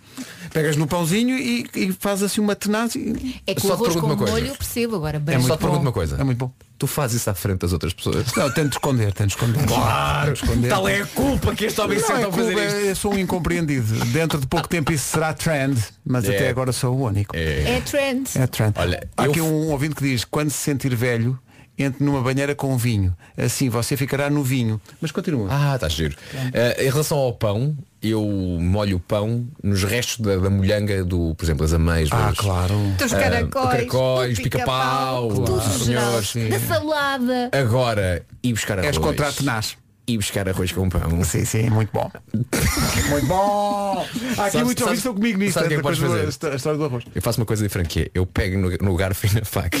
S1: Pegas no pãozinho e, e faz assim uma tenaz e...
S5: É que
S3: Só
S5: o
S3: te
S5: arroz
S3: pergunto
S5: com
S3: uma coisa.
S5: molho eu percebo agora.
S3: É
S5: Branco.
S3: só te pergunto uma coisa.
S1: É muito bom.
S3: Tu fazes isso à frente das outras pessoas.
S1: Não, tento esconder, tento esconder.
S3: Claro!
S1: Tento esconder.
S3: Tal é a culpa que este homem
S1: Não
S3: sente
S1: é
S3: ao fazer
S1: culpa,
S3: isto.
S1: eu sou um incompreendido. Dentro de pouco tempo isso será trend, mas
S3: É.
S1: até agora sou o único.
S5: É trend.
S1: É trend.
S3: Olha,
S1: Há
S3: eu-
S1: aqui um ouvinte que diz, quando se sentir velho, entre numa banheira com vinho. Assim você ficará no vinho. Mas continua.
S3: Ah, está giro. Eh, em relação ao pão, eu molho o pão nos restos da, da molhanga do, por exemplo, as amêijoas.
S1: Ah, claro.
S5: Dos
S3: Ah,
S5: caracóis.
S3: caracóis,
S5: do
S3: pica-pau,
S5: Tudo
S3: claro.
S5: geral.
S3: Senhores, sim.
S5: Da salada.
S3: Agora, ir buscar arroz.
S1: És contra a tenaz.
S3: e buscar arroz com pão.
S1: Sim, sim, muito bom. muito bom! Há aqui muitos
S3: Sabes-
S1: ouvintes
S3: sabes-
S1: estão comigo nisto.
S3: sabes o que
S1: esta
S3: é que podes
S1: coisa do-
S3: fazer?
S1: esta- a história do arroz.
S3: Eu faço uma coisa diferente que é, eu pego no, no garfo e na faca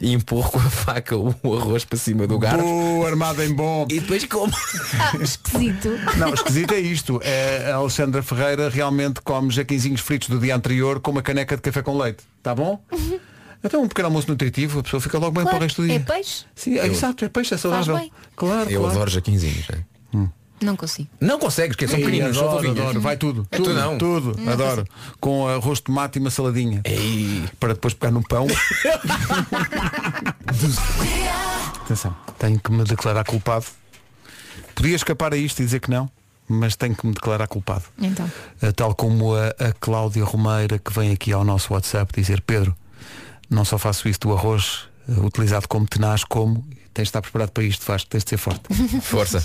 S3: e empurro com a faca o, o arroz para cima do garfo.
S1: Boa, armada em bom.
S3: E depois como?
S5: esquisito.
S1: Não, esquisito é isto. É, a Alexandra Ferreira realmente come jaquinzinhos fritos do dia anterior com uma caneca de café com leite. Tá bom? Então um pequeno almoço nutritivo, a pessoa fica logo bem para o resto do dia.
S5: é peixe?
S1: Sim, é,
S3: Eu-
S1: exato, é peixe, é
S5: Faz
S1: saudável.
S5: bem.
S1: Claro,
S3: Eu
S1: claro.
S3: adoro jaquinzinhos. né?
S5: Não consigo.
S3: Não consegues, é que são
S1: Sim,
S3: pequeninos, são
S1: adoro,
S3: fofinhos.
S1: adoro, vai tudo.
S3: É
S1: tudo,
S3: tu não.
S1: tudo,
S5: Hum,
S3: Não
S1: adoro. Com arroz de tomate e uma saladinha. Para depois pegar num pão. Atenção, tenho que me declarar culpado. Podia escapar a isto e dizer que não, mas tenho que me declarar culpado.
S5: Então.
S1: Uh, tal como a, a Cláudia Romeira que vem aqui ao nosso WhatsApp dizer Pedro, não só faço isso do arroz uh, utilizado como tenaz, como tens de estar preparado para isto, faz, tens de ser forte.
S3: Força.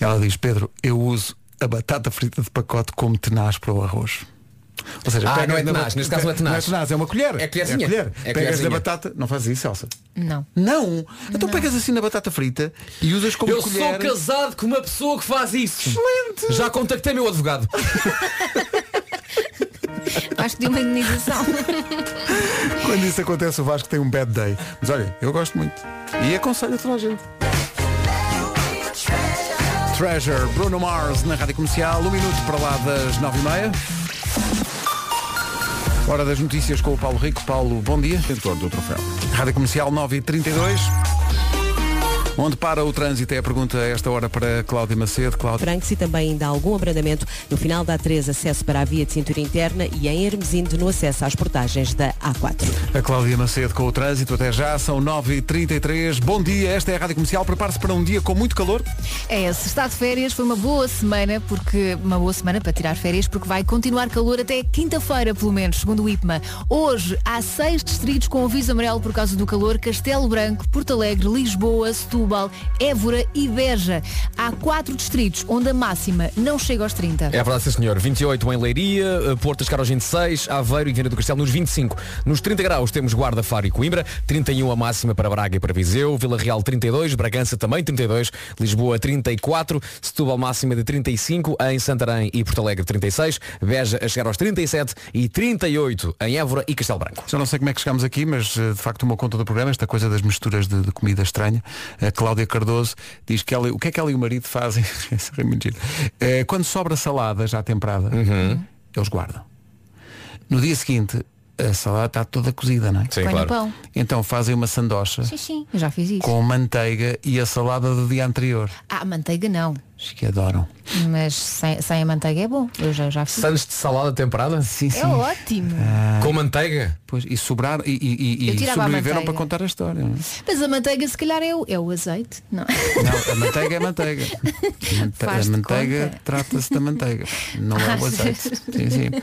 S1: Ela diz, Pedro, eu uso a batata frita de pacote como tenaz para o arroz. Ou seja,
S3: Ah,
S1: pegas
S3: não é
S1: na
S3: tenaz,
S1: ba-
S3: neste caso não é tenaz.
S1: Não é tenaz, é uma colher.
S3: É colherzinha.
S1: É colher.
S3: É
S1: pegas
S3: colherzinha.
S1: na batata, não faz isso, Elsa.
S5: Não.
S1: Não? Então pegas assim na batata frita e usas como
S3: Eu
S1: colher.
S3: sou casado com uma pessoa que faz isso. Excelente. Já contactei meu advogado.
S5: Acho que deu uma indenização.
S1: Quando isso acontece, o Vasco tem um bad day. Mas olha, eu gosto muito. E aconselho a toda a gente. Treasure, Bruno Mars na Rádio Comercial, um minuto para lá das nove e meia. Hora das notícias com o Paulo Rico. Paulo, bom dia. Tentor do troféu. Rádio Comercial 9 e 32 Onde para o trânsito é a pergunta a esta hora para Cláudia Macedo. Cláudia.
S12: Francos e também ainda há algum abrandamento no final da A3, acesso para a via de cintura interna e em Hermesinde no acesso às portagens da A4.
S1: A Cláudia Macedo com o trânsito até já, são 9h33. Bom dia, esta é a Rádio Comercial. Prepare-se para um dia com muito calor.
S5: É, se está de férias, foi uma boa semana, porque uma boa semana para tirar férias, porque vai continuar calor até quinta-feira, pelo menos, segundo o IPMA. Hoje há seis distritos com aviso amarelo por causa do calor, Castelo Branco, Porto Alegre, Lisboa, Setúbal, Évora e Beja. Há quatro distritos onde a máxima não chega aos 30.
S3: É verdade, sim senhor. 28 em Leiria, eh, Porto Ascar aos 26, Aveiro e Viana do Castelo nos 25. Nos 30 graus temos Guarda, Faro e Coimbra, 31 a máxima para Braga e para Viseu, Vila Real 32, Bragança também 32, Lisboa 34, Setúbal máxima de 35, em Santarém e Porto Alegre 36, Beja a chegar aos 37 e 38 em Évora e Castelo Branco.
S1: Já não sei como é que chegámos aqui, mas eh, de facto uma conta do programa, esta coisa das misturas de, de comida estranha. A Cláudia Cardoso diz que ela, e- o que é que ela e o marido fazem? Isso é muito giro. Eh, quando sobra salada já temperada, eles guardam. No dia seguinte, a salada está toda cozida, não é?
S5: Põe no claro. pão.
S1: Então fazem uma sandocha
S5: Sim, sim, eu já fiz isso.
S1: com manteiga e a salada do dia anterior.
S5: Ah, manteiga não,
S1: Acho que adoram.
S5: mas sem, sem a manteiga é bom. Eu já, já fiz.
S3: de salada temperada?
S1: Sim, sim.
S5: É ótimo.
S3: Com manteiga?
S1: Pois, e sobraram e, e, e-
S5: Eu
S1: e
S5: tirava a
S1: sobreviveram
S5: manteiga.
S1: para contar a história. não é?
S5: Mas a manteiga se calhar é o, é o azeite, não
S1: Não, a manteiga é manteiga. A mante-
S5: Faz-te
S1: a manteiga
S5: conta.
S1: trata-se da manteiga, não é o
S5: Às
S1: azeite.
S5: vezes.
S1: Sim, sim.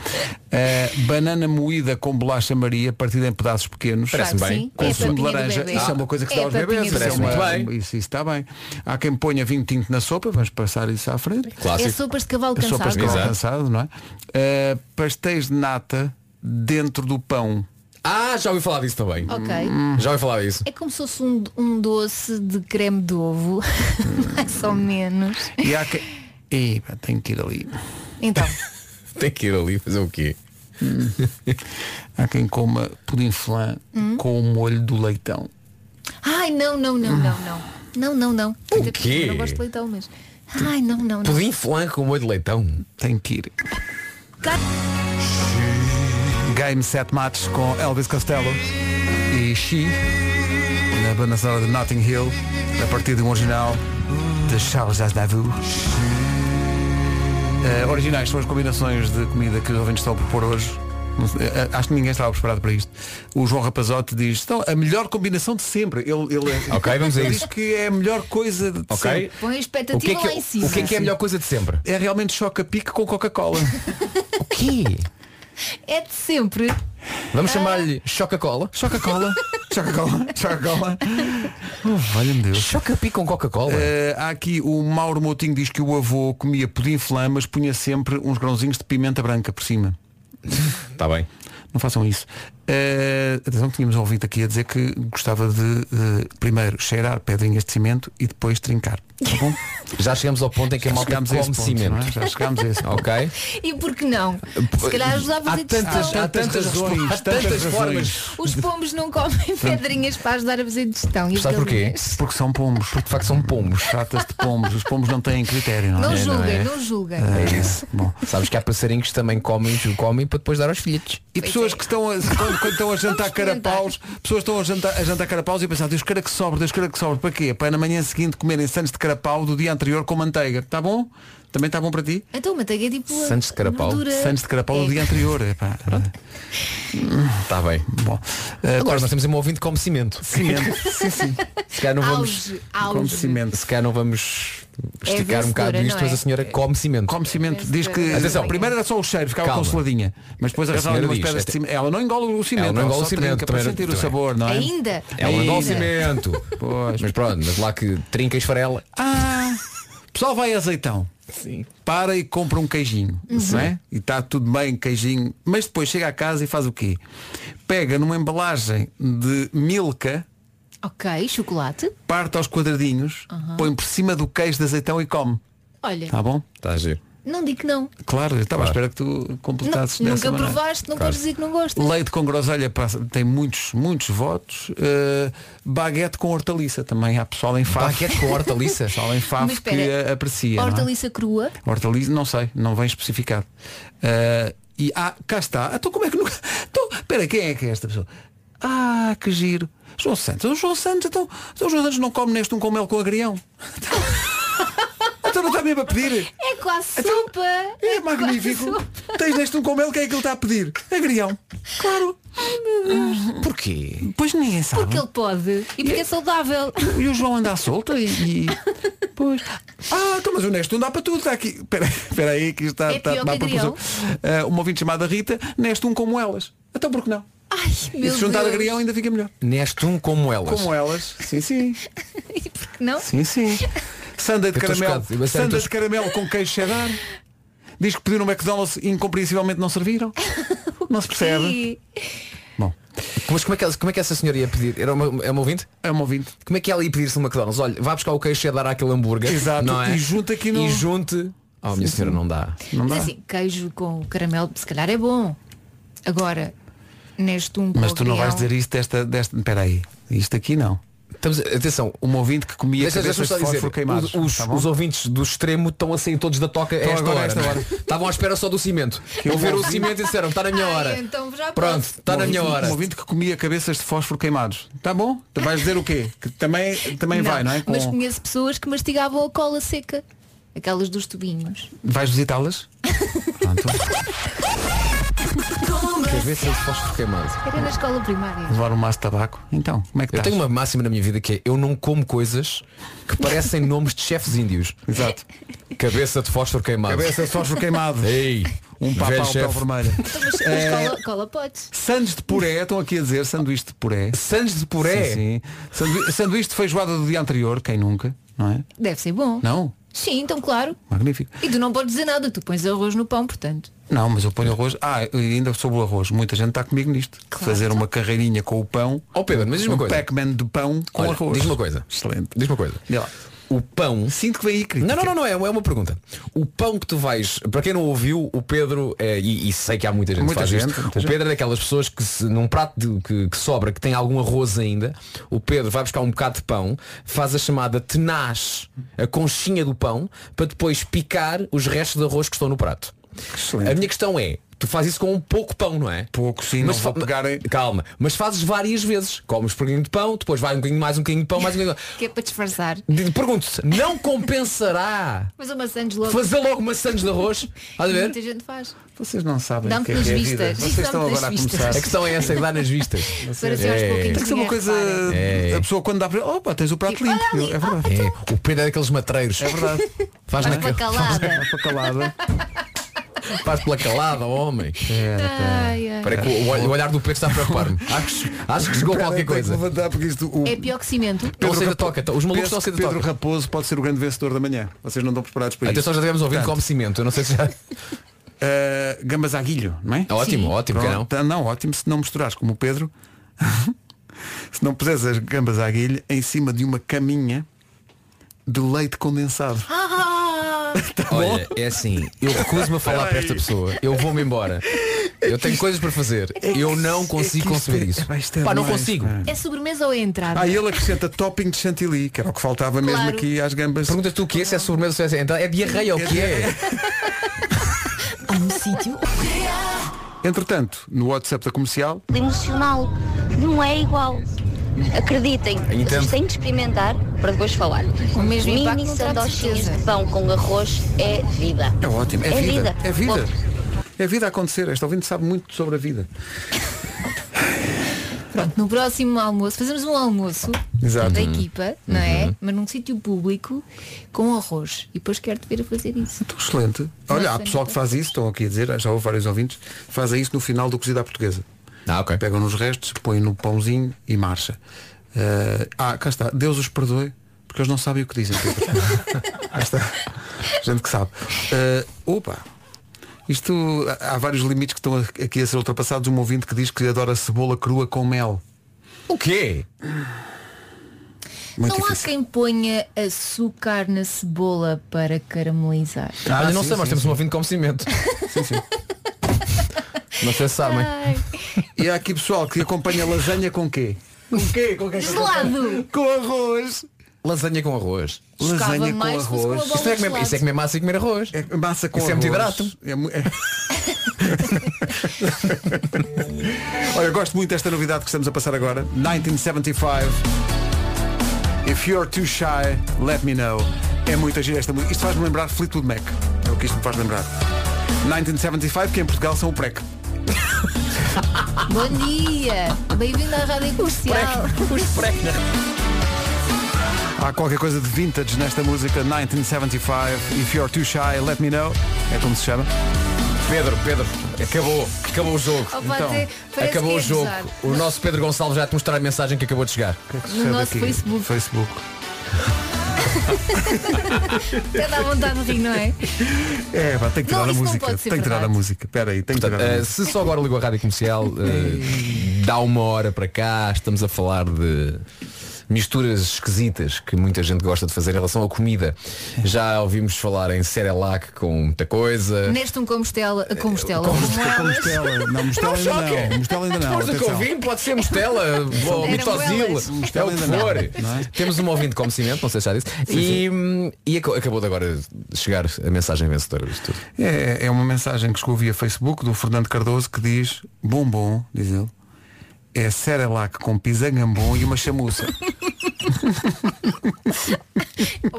S1: Eh, banana moída com bolacha Maria, partida em pedaços pequenos.
S3: Parece-me Claro que bem. sim.
S1: Com
S3: É a
S1: sumo de
S3: papinha do
S1: laranja.
S3: bebê.
S1: Isso é uma coisa que se
S3: É
S1: dá aos
S3: a papinha
S1: bebês.
S3: do
S1: Isso, é
S3: bebê.
S1: uma-
S3: Parece-me muito
S1: isso- isso está bem. Há quem ponha vinho tinto na sopa, vamos passar isso à frente.
S5: É sopas de cavalo
S1: As sopas
S5: cansado.
S1: de cavalo cansado, não é? Eh, pastéis de nata dentro do pão.
S3: Ah, já ouvi falar disso também.
S5: Ok.
S3: Já ouvi falar disso.
S5: É como se fosse um, um doce de creme de ovo, mais ou menos.
S1: E há que... Ih, pá, tenho que ir ali.
S5: Então,
S3: Tem que ir ali fazer o quê?
S1: Há quem coma pudim flan
S5: Hum.
S1: com o molho do leitão.
S5: ai não, não, não, não, não. Não, não, não. Até porque
S3: quê?
S5: eu Não gosto de leitão, mas. Ai, não, não, não.
S3: Pudim flan com molho de leitão.
S1: Tem que ir.
S5: Cá-
S1: Game Set Match com Elvis Costello e She na banda sonora de Notting Hill a partir de um original de Charles Aznavour. Eh, originais são as combinações de comida que os ouvintes estão a propor hoje. Não sei, eh, Acho que ninguém estava preparado para isto. O João Rapazote diz, então, a melhor combinação de sempre. Ele, ele
S3: Ok, vamos a
S1: ele
S3: isso.
S1: diz que é a melhor coisa de
S3: Ok.
S1: sempre.
S5: Põe a expectativa
S3: O que é que
S5: lá
S3: é-
S5: em cima.
S3: o que é que é a melhor coisa de sempre?
S1: É realmente choca-pique com Coca-Cola.
S3: O quê?
S5: É de sempre.
S3: Vamos chamar-lhe Choca-Cola.
S1: Choca-Cola. Choca-Cola. Choca-Cola.
S3: Oh,
S1: Valha-me Deus.
S3: Choca-pi com Coca-Cola.
S1: Eh, há aqui o Mauro Moutinho diz que o avô comia pudim flan, mas punha sempre uns grãozinhos de pimenta branca por cima.
S3: Está Tá bem.
S1: Não façam isso. Eh, atenção, que tínhamos um ouvinte aqui a dizer que gostava de, eh, primeiro cheirar pedrinhas de cimento e depois trincar. Tá bom?
S3: Já chegamos ao ponto em que a malta
S1: chegámos a
S3: come
S1: esse ponto,
S3: cimento.
S1: não é? Já chegámos a esse ponto.
S3: Ok.
S5: E por que não? Se calhar ajudava
S3: Ah, Há
S5: a digestão.
S3: tantas, há tantas razões, há tantas formas.
S5: Os pombos não comem pedrinhas para ajudar a fazer digestão. E as
S1: Sabe porquê?
S5: galinhas?
S1: Porque são pombos. Porque de facto são pombos. Trata-se de pombos. Os pombos não têm critério, não,
S5: Não
S1: é? Ah.
S5: julguem, não julguem.
S3: É isso.
S1: Bom.
S3: Sabes que há passarinhos que também comem, comem para depois dar aos filhotes.
S1: E pessoas que estão a, quando, quando estão a jantar carapaus, pessoas estão a jantar, a jantar carapaus e a pensar, Deus cara que sobra, Deus cara que sobra, para quê? Para na manhã seguinte comerem sandes de carapau do dia anterior com manteiga. Está bom? Também está bom para ti?
S5: Então manteiga é tipo.
S1: Santos de carapau.
S5: gordura.
S1: Santos de carapau
S5: É.
S1: do dia anterior. Epá.
S3: Está tá bem.
S1: Bom. eh,
S3: Agora nós temos um ouvinte que come cimento.
S1: Cimento. sim, sim.
S3: Se calhar não vamos.
S5: Auge, auge.
S3: Come cimento. Se calhar não vamos
S5: É
S3: esticar um bocado
S5: vencedora,
S3: isto,
S5: não
S3: mas
S5: é?
S3: a senhora come cimento.
S1: Come cimento. Diz que.
S3: Atenção,
S1: primeiro era só o cheiro, ficava
S3: Calma.
S1: consoladinha. Mas depois
S3: A
S1: arrasava
S3: senhora
S1: umas
S3: diz,
S1: pedras de
S3: até-
S1: cimento. Ela não engole o cimento.
S3: Ela não engole
S1: só
S3: o cimento,
S1: trinca para
S3: também-
S1: sentir o
S3: também.
S1: sabor, não é?
S5: Ainda?
S3: Ela engole o
S1: Ainda.
S3: cimento. Mas pronto, mas lá que trinca e esfarela.
S1: Ah, pessoal vai a azeitão.
S3: Sim.
S1: Para e compra um queijinho,
S3: Uhum.
S1: não é? E está tudo bem, queijinho. Mas depois chega a casa e faz o quê? Pega numa embalagem de milka,
S5: Ok, chocolate.
S1: parte aos quadradinhos,
S5: Aham.
S1: põe por cima do queijo de azeitão e come.
S5: Olha,
S1: Está bom?
S3: Está a giro.
S5: não digo que não.
S1: Claro, eu estava à espera que tu completasses
S5: Não,
S1: dessa
S5: nunca
S1: maneira.
S5: provaste, não
S1: Claro.
S5: queres dizer que não gostas.
S1: Leite com groselha passa- tem muitos, muitos votos. Uh, baguete com hortaliça também. Há pessoal em favo.
S3: Baguete com hortaliça?
S1: pessoal em favo
S5: Mas
S1: que
S5: espera,
S1: a- aprecia. não é?
S5: Hortaliça crua.
S1: Hortaliça, não sei, não vem especificado. Ah, e ah, cá está. Ah, Então como é que nunca. Então, espera, quem é que é esta pessoa? Ah, que giro. João Santos. O João Santos, então, então o João Santos não come neste um com mel com agrião. Então, então não está mesmo a pedir.
S5: É quase sopa.
S1: É magnífico. Tens neste um com mel, quem é que ele está a pedir? Agrião. Claro.
S3: Porquê?
S1: Pois ninguém sabe.
S5: Porque ele pode. E porque é saudável.
S1: E o João anda à solta e. e- Pois. Ah, então, mas o Nesto dá para tudo, está aqui. Espera espera aí, que isto está,
S5: É
S1: está a
S5: pior
S1: tomar
S5: que agrião?
S1: proporção. Ah, uma ouvinte chamada Rita, Nesto um como elas. Então por que não?
S5: Ai, meu
S1: e se juntar
S5: Deus.
S1: agrião ainda fica melhor.
S3: Neste um como elas.
S1: Como é- elas. Sim, sim.
S5: Porque não?
S1: Sim, sim. Sanda de
S3: Eu tô
S1: caramelo.
S3: chocado. Eu, a sério,
S1: Sanda
S3: tô
S1: de caramelo com queijo cheddar. Diz que pediram no McDonald's e incompreensivelmente não serviram. Não se percebe.
S5: E-
S3: Mas como é, que, ela- como é que essa senhora ia pedir? Era uma, é uma ouvinte?
S1: É uma ouvinte.
S3: Como é que ela ia pedir-se no McDonald's? Olha, vá buscar o queijo cheddar àquele hambúrguer.
S1: Exato.
S3: Não é?
S1: E junta aqui no-
S3: E junte. Oh, minha senhora, não dá.
S1: Não dá.
S5: Mas assim, queijo com caramelo, se calhar é bom. Agora, neste um com
S1: Mas tu não vais
S5: agrião-
S1: dizer isto desta. desta... Espera aí. Isto aqui não.
S3: Estamos, atenção,
S1: Um ouvinte que comia
S3: Deixa- deixa-me
S1: cabeças
S3: só
S1: de fósforo
S3: dizer,
S1: queimados.
S3: os,
S1: tá bom?
S3: os ouvintes do extremo estão a sair todos da toca a
S1: Estão
S3: esta
S1: agora,
S3: hora.
S1: esta
S3: não é?
S1: hora.
S3: Estavam à espera só do cimento.
S1: eu
S3: Ouviram
S1: vou-
S3: o cimento e disseram, está na minha
S5: Ai,
S3: hora.
S5: então já
S3: Pronto,
S5: posso.
S3: está na
S1: Um
S3: minha
S1: ouvinte-
S3: hora.
S1: Um ouvinte que comia cabeças de fósforo queimados. Tá bom? Tu vais dizer o quê? Que também, também vai, não é? Com-
S5: Mas conheço pessoas que mastigavam a cola seca. Aquelas dos tubinhos.
S1: Vais visitá-las? Pronto.
S3: Cabeça de fósforo queimado.
S5: Era na escola primária.
S1: Levar um maço de tabaco. Então, como é que
S3: Eu
S1: estás?
S3: tenho uma máxima na minha vida que é eu não como coisas que parecem nomes de chefes índios.
S1: Exato.
S3: Cabeça de fósforo queimado.
S1: Cabeça de fósforo queimado.
S3: Ei,
S1: Um papo
S3: velho
S1: ao pele
S3: chefe.
S1: vermelho.
S5: Então, mas mas
S1: é-
S5: cola, cola potes.
S1: Sandes de puré, estão aqui a dizer sanduíche de puré.
S3: Sandes de
S1: Sim,
S3: puré.
S1: sim. Sandui- sanduíche de feijoada do dia anterior, quem nunca, não é?
S5: Deve ser bom.
S1: Não?
S5: Sim, então claro.
S1: Magnífico.
S5: E tu não podes dizer nada, tu pões arroz no pão, portanto.
S1: Não, mas eu ponho arroz. Ah, e ainda sobre o arroz. Muita gente está comigo nisto. Fazer uma carreirinha com o pão.
S3: Ó Oh, Pedro, mas diz uma
S1: um
S3: coisa.
S1: Pac-Man do pão com
S3: Olha,
S1: arroz.
S3: diz uma coisa.
S1: Excelente.
S3: Diz uma coisa.
S1: Diz lá.
S3: O pão
S1: Sinto que vem aí crítica.
S3: Não, não, não, não, é uma, é uma pergunta. O pão que tu vais, para quem não ouviu, o Pedro, eh, e, e sei que há muita gente
S1: Muita
S3: que faz
S1: gente,
S3: isto,
S1: muita
S3: o
S1: gente.
S3: Pedro é daquelas pessoas que se, num prato de- que, que sobra, que tem algum arroz ainda, o Pedro vai buscar um bocado de pão, faz a chamada tenaz, a conchinha do pão, para depois picar os restos de arroz que estão no prato.
S1: Excelente.
S3: A minha questão é, tu fazes isso com um pouco pão, não é?
S1: Pouco, sim, não vou
S3: fa-
S1: pegar em-
S3: Calma, mas fazes várias vezes. Comes um bocadinho de pão, depois vai um bocadinho mais, um bocadinho de pão, mais um bocadinho de
S5: Que é para disfarçar.
S3: pão. Pergunto-se, não compensará
S5: Mas uma sandes logo.
S3: Fazer logo maçãs de arroz. Estás a ver?
S5: Muita gente faz.
S1: Vocês não sabem o
S5: Dá-me
S1: que é,
S5: pelas
S1: que é a vida.
S5: vistas.
S1: Vocês
S5: Dá-me
S1: estão
S5: pelas
S1: agora a
S5: vistas.
S1: começar.
S3: A questão é essa, é dar nas vistas.
S5: Para assim aos
S3: É.
S5: pouquinhos.
S1: Tem que ser uma
S5: ninguém
S1: coisa.
S5: repara.
S3: É.
S1: A pessoa quando dá para. Opa, tens o prato limpo.
S5: olha ali,
S1: É verdade.
S3: É, o Pedro é daqueles matreiros.
S1: É verdade.
S5: Faz
S3: Faz, na-
S5: pela calada.
S1: Para calada.
S3: faz pela calada, homem.
S5: Ai, ai.
S3: Espera que o, o olhar do Pedro está a preocupar-me. Acho, que- acho que chegou qualquer coisa.
S1: levantar porque isto. O
S5: É pior que cimento.
S3: Não sei da
S1: Rapo-
S3: toca. Os malucos
S1: Penso
S3: não sei
S1: que
S3: da
S1: Pedro
S3: toca.
S1: Raposo pode ser o grande vencedor da manhã. Vocês não estão preparados para isso.
S3: Atenção, já tivemos ouvido
S1: Portanto,
S3: como cimento. Eu não sei se já.
S1: ah, gambas a guilho, não é?
S3: Ótimo, Sim. ótimo,
S1: Pronto, tá- não? ótimo se não misturares como o Pedro. se não puseres as gambas à guilho em cima de uma caminha de leite condensado.
S3: Olha, é assim, eu recuso-me a falar para esta pessoa, eu vou-me embora. Eu tenho coisas para fazer. Eu não consigo conceber isso.
S1: é
S3: Pá, não
S1: demais,
S3: consigo.
S5: É sobremesa ou é entrada?
S1: Ah, ele acrescenta topping de chantilly, que era o que faltava mesmo
S5: Claro.
S1: aqui às gambas.
S3: Perguntas tu o que é, se é sobremesa ou se é. Então é diarreia ou o que é?
S5: Um sítio.
S1: Entretanto, no WhatsApp da comercial,
S19: emocional não é igual. Acreditem,
S1: Entendo.
S19: vocês têm de experimentar para depois falar. O
S5: mesmo impacto
S19: Mini
S5: não terá um de
S19: sandochinhos de pão com arroz é vida.
S1: é ótimo. É,
S19: É
S1: vida.
S19: vida.
S1: É vida. É vida a acontecer. Este ouvinte sabe muito sobre a vida.
S5: Pronto, no próximo almoço, fazemos um almoço
S1: Exato.
S5: da
S1: Uhum.
S5: equipa, não é? Mas num sítio público com arroz. E depois quero-te ver a fazer isso.
S1: Então, Excelente. Olha, há pessoal que faz isso, estão aqui a dizer, já houve vários ouvintes, fazem isso no final do cozido à portuguesa. Pegam nos restos, põem no pãozinho e marcha. Eh, ah, cá está. Deus os perdoe, porque eles não sabem o que dizem. Pedro. cá está. Gente que sabe. Eh, opa! Isto, há há vários limites que estão a- aqui a ser ultrapassados. Um ouvinte que diz que adora cebola crua com mel.
S5: é-
S3: O quê?
S1: Muito é
S5: não há
S1: difícil.
S5: quem ponha açúcar na cebola para caramelizar.
S3: Olha, não sei, nós temos um ouvinte com cimento. Sim, Ah. sim. Não sei se sabem.
S1: E há aqui pessoal que acompanha lasanha com quê?
S14: Com quê? Com quê?
S5: Gelado!
S1: Com arroz!
S3: Lasanha com arroz.
S1: Lasanha Chocava com mais se fosse com arroz. a bola
S3: Isto é,
S1: de
S3: comer,
S1: gelado.
S3: isso é comer massa e comer arroz.
S1: É massa com
S3: isso é
S1: arroz.
S3: muito hidrato.
S1: É mu- é- Olha, eu gosto muito desta novidade que estamos a passar agora. 1975. If you're too shy, let me know. É muito gira esta música. Isto faz-me lembrar Fleetwood Mac. É o que isto me faz lembrar. 1975, que em Portugal são o PREC.
S5: Bom dia! Bem-vindo à Rádio Comercial.
S1: Há qualquer coisa de vintage nesta música 1975. If you're too shy, let me know. É como se chama.
S3: Pedro, Pedro, acabou. Acabou o jogo. Então,
S5: Opa, até parece
S3: acabou
S5: que é
S3: o jogo.
S5: gozar.
S3: O nosso Pedro Gonçalves já te mostrar a mensagem que acabou de chegar.
S1: é
S5: No nosso Facebook.
S1: Facebook.
S5: Até dá vontade de rir, não é?
S1: É, pá, tem que
S5: Não,
S1: tirar a
S5: isso não
S1: música.
S5: pode ser
S1: Tem que tirar a
S5: verdade.
S1: música. Espera aí, tem que tirar a
S3: Eh,
S1: música.
S3: se só agora ligou a rádio comercial, eh, dá uma hora para cá, estamos a falar de misturas esquisitas que muita gente gosta de fazer em relação à comida. Já ouvimos falar em Cerelac com muita coisa.
S5: Neste um Compostela. Compostela.
S3: é,
S5: Como elas.
S1: Mostela, não, mostela ainda
S3: choca.
S1: não. Mostela ainda não.
S3: Depois do que eu
S1: atenção.
S3: vi, pode ser mostela, ou
S1: Eram
S3: mitosil,
S1: elas.
S3: é
S1: Mostela
S3: o que
S1: ainda não,
S3: for.
S1: não é?
S3: Temos um ouvinte como cimento, não sei se já disse.
S1: Sim,
S3: e, hum, e ac- acabou de agora chegar a mensagem vencedora disto tudo.
S1: É, é uma mensagem que chegou via Facebook do Fernando Cardoso que diz bombom, diz ele, é Cerelac com pisangambom e uma chamuça.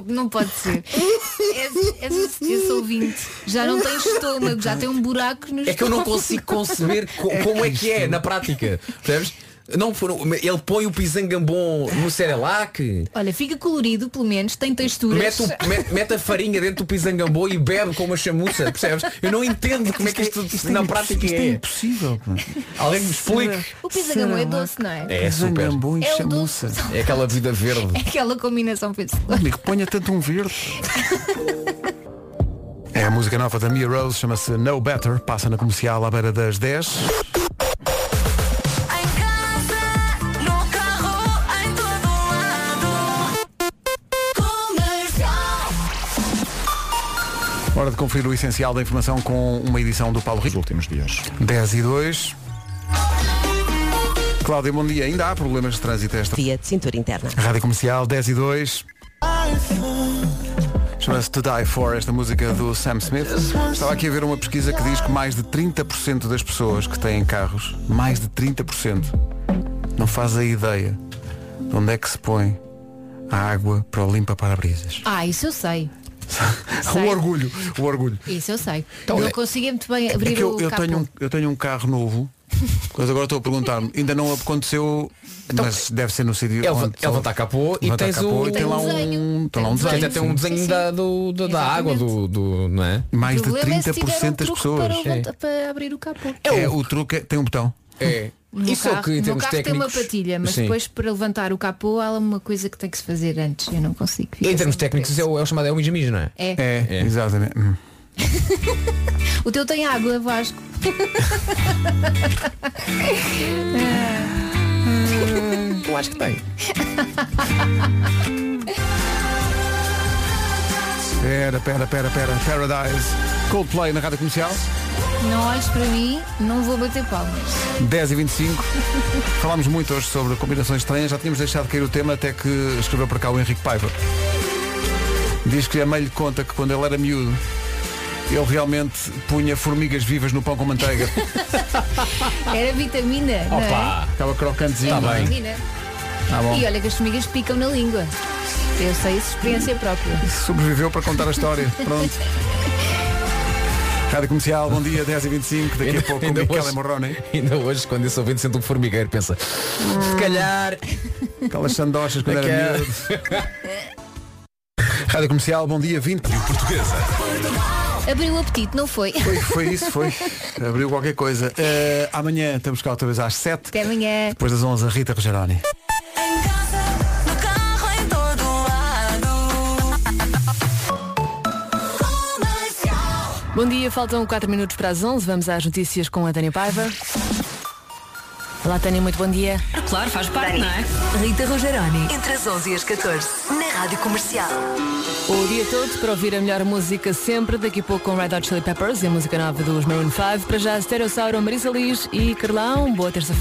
S5: Não pode ser. Esse, esse- esse ouvinte já não tem estômago, já tem um buraco no
S3: É que eu não consigo
S5: estômago.
S3: conceber co- como é que é na prática. Percebes? Não, foram- ele põe o pisangambon no Cerelac.
S5: Olha, fica colorido, pelo menos, tem texturas.
S3: Mete, o- mete- mete a farinha dentro do pisangambô e bebe com uma chamuça, percebes? Eu não entendo como é que isto, na prática
S1: Isto é
S3: é.
S1: impossível. pá.
S3: Alguém me explique.
S5: O pisangamão é doce, não é?
S3: É super.
S1: Pisangambom e
S5: É o
S1: chamuça.
S3: É aquela vida verde.
S5: É aquela combinação fez.
S1: Amigo, ponha tanto um verde. É a música nova da Mia Rose, chama-se No Better, passa na comercial à beira das 10. Hora de conferir o essencial da informação com uma edição do Paulo Rico. Os últimos dias. 10 e 2. Cláudia, bom dia. Ainda há problemas de trânsito a esta.
S12: Via de cintura interna.
S1: Rádio Comercial 10 e 2. Chama-se To Die For, esta música do Sam Smith. Estava aqui a ver uma pesquisa que diz que mais de 30% das pessoas que têm carros, mais de 30%, não faz a ideia de onde é que se põe a água para o limpa-parabrisas.
S5: Ah, isso eu sei.
S1: O
S5: Sei.
S1: orgulho, o orgulho.
S5: Isso eu sei.
S1: Então,
S5: eu
S1: é-
S5: consigo é muito bem
S1: É
S5: abrir
S1: que eu,
S5: o
S1: eu
S5: capô.
S1: tenho um, eu tenho um carro novo, mas agora estou a perguntar-me, ainda não aconteceu,
S5: Então,
S1: mas deve ser no sítio
S3: Ele
S1: onde...
S3: va- ele levanta a capô e
S1: Levanta a
S3: tens
S1: capô
S3: o-
S1: e tem lá um, tem lá um desenho.
S3: Até tem um desenho da, do- da- da água, do, do- não é?
S1: Mais
S5: O
S1: de
S5: problema é se
S1: 30%
S5: tiver um
S1: das
S5: truque
S1: pessoas.
S5: Para, o bot- para abrir o capô.
S1: É, o truque é- tem um botão.
S3: É.
S5: No
S3: Isso é o
S5: carro,
S3: que em
S5: no
S3: termos
S5: carro tem uma
S3: técnicos-
S5: patilha, mas
S3: Sim.
S5: depois para levantar o capô há uma coisa que tem que se fazer antes. Eu não consigo.
S3: é Em termos técnicos é o, é o chamado é o mijamijo, não é?
S5: É.
S1: exatamente. Hum.
S5: O teu tem água, Vasco.
S3: Eu acho que tem.
S1: Pera, pera, pera, pera. Paradise. Coldplay na rádio comercial.
S5: Não olhes para mim, não vou bater palmas.
S1: 10 e 25. Falámos muito hoje sobre combinações estranhas. Já tínhamos deixado cair o tema até que escreveu para cá o Henrique Paiva. Diz que a mãe lhe conta que quando ele era miúdo, ele realmente punha formigas vivas no pão com manteiga.
S5: Era vitamina, não é?
S1: Opa! Ficava crocantezinho.
S5: Era
S1: não é?
S5: vitamina.
S1: Ah, bom.
S5: E olha que as formigas picam na língua. Eu sei isso, de experiência própria.
S1: Sobreviveu para contar a história. Pronto. Rádio Comercial, bom dia, 10 e 25 Daqui a pouco o Michele Morrone.
S3: Ainda hoje, quando esse ouvinte sente um formigueiro, pensa. Se calhar.
S1: Aquelas sandochas quando era
S3: Aquela-
S1: miúdo. Rádio Comercial, bom dia, 20. Portuguesa.
S5: Abriu o apetite, não foi?
S1: Foi, foi isso, foi. Abriu qualquer coisa. Eh, amanhã estamos cá outra vez às 7.
S5: Até amanhã.
S1: Depois das 11, a Rita Rogeroni.
S20: Bom dia, faltam 4 minutos para as 11. Vamos às notícias com a Tânia Paiva. Olá, Tânia, muito bom dia.
S21: Claro, faz parte, não é?
S20: Rita Rogeroni.
S21: Entre as 11 e as 14, na Rádio Comercial.
S20: O dia todo para ouvir a melhor música sempre. Daqui a pouco com Red Hot Chili Peppers e a música nova dos Maroon 5. Para já, Stereossauro, Marisa Liz e Carlão. Boa terça-feira.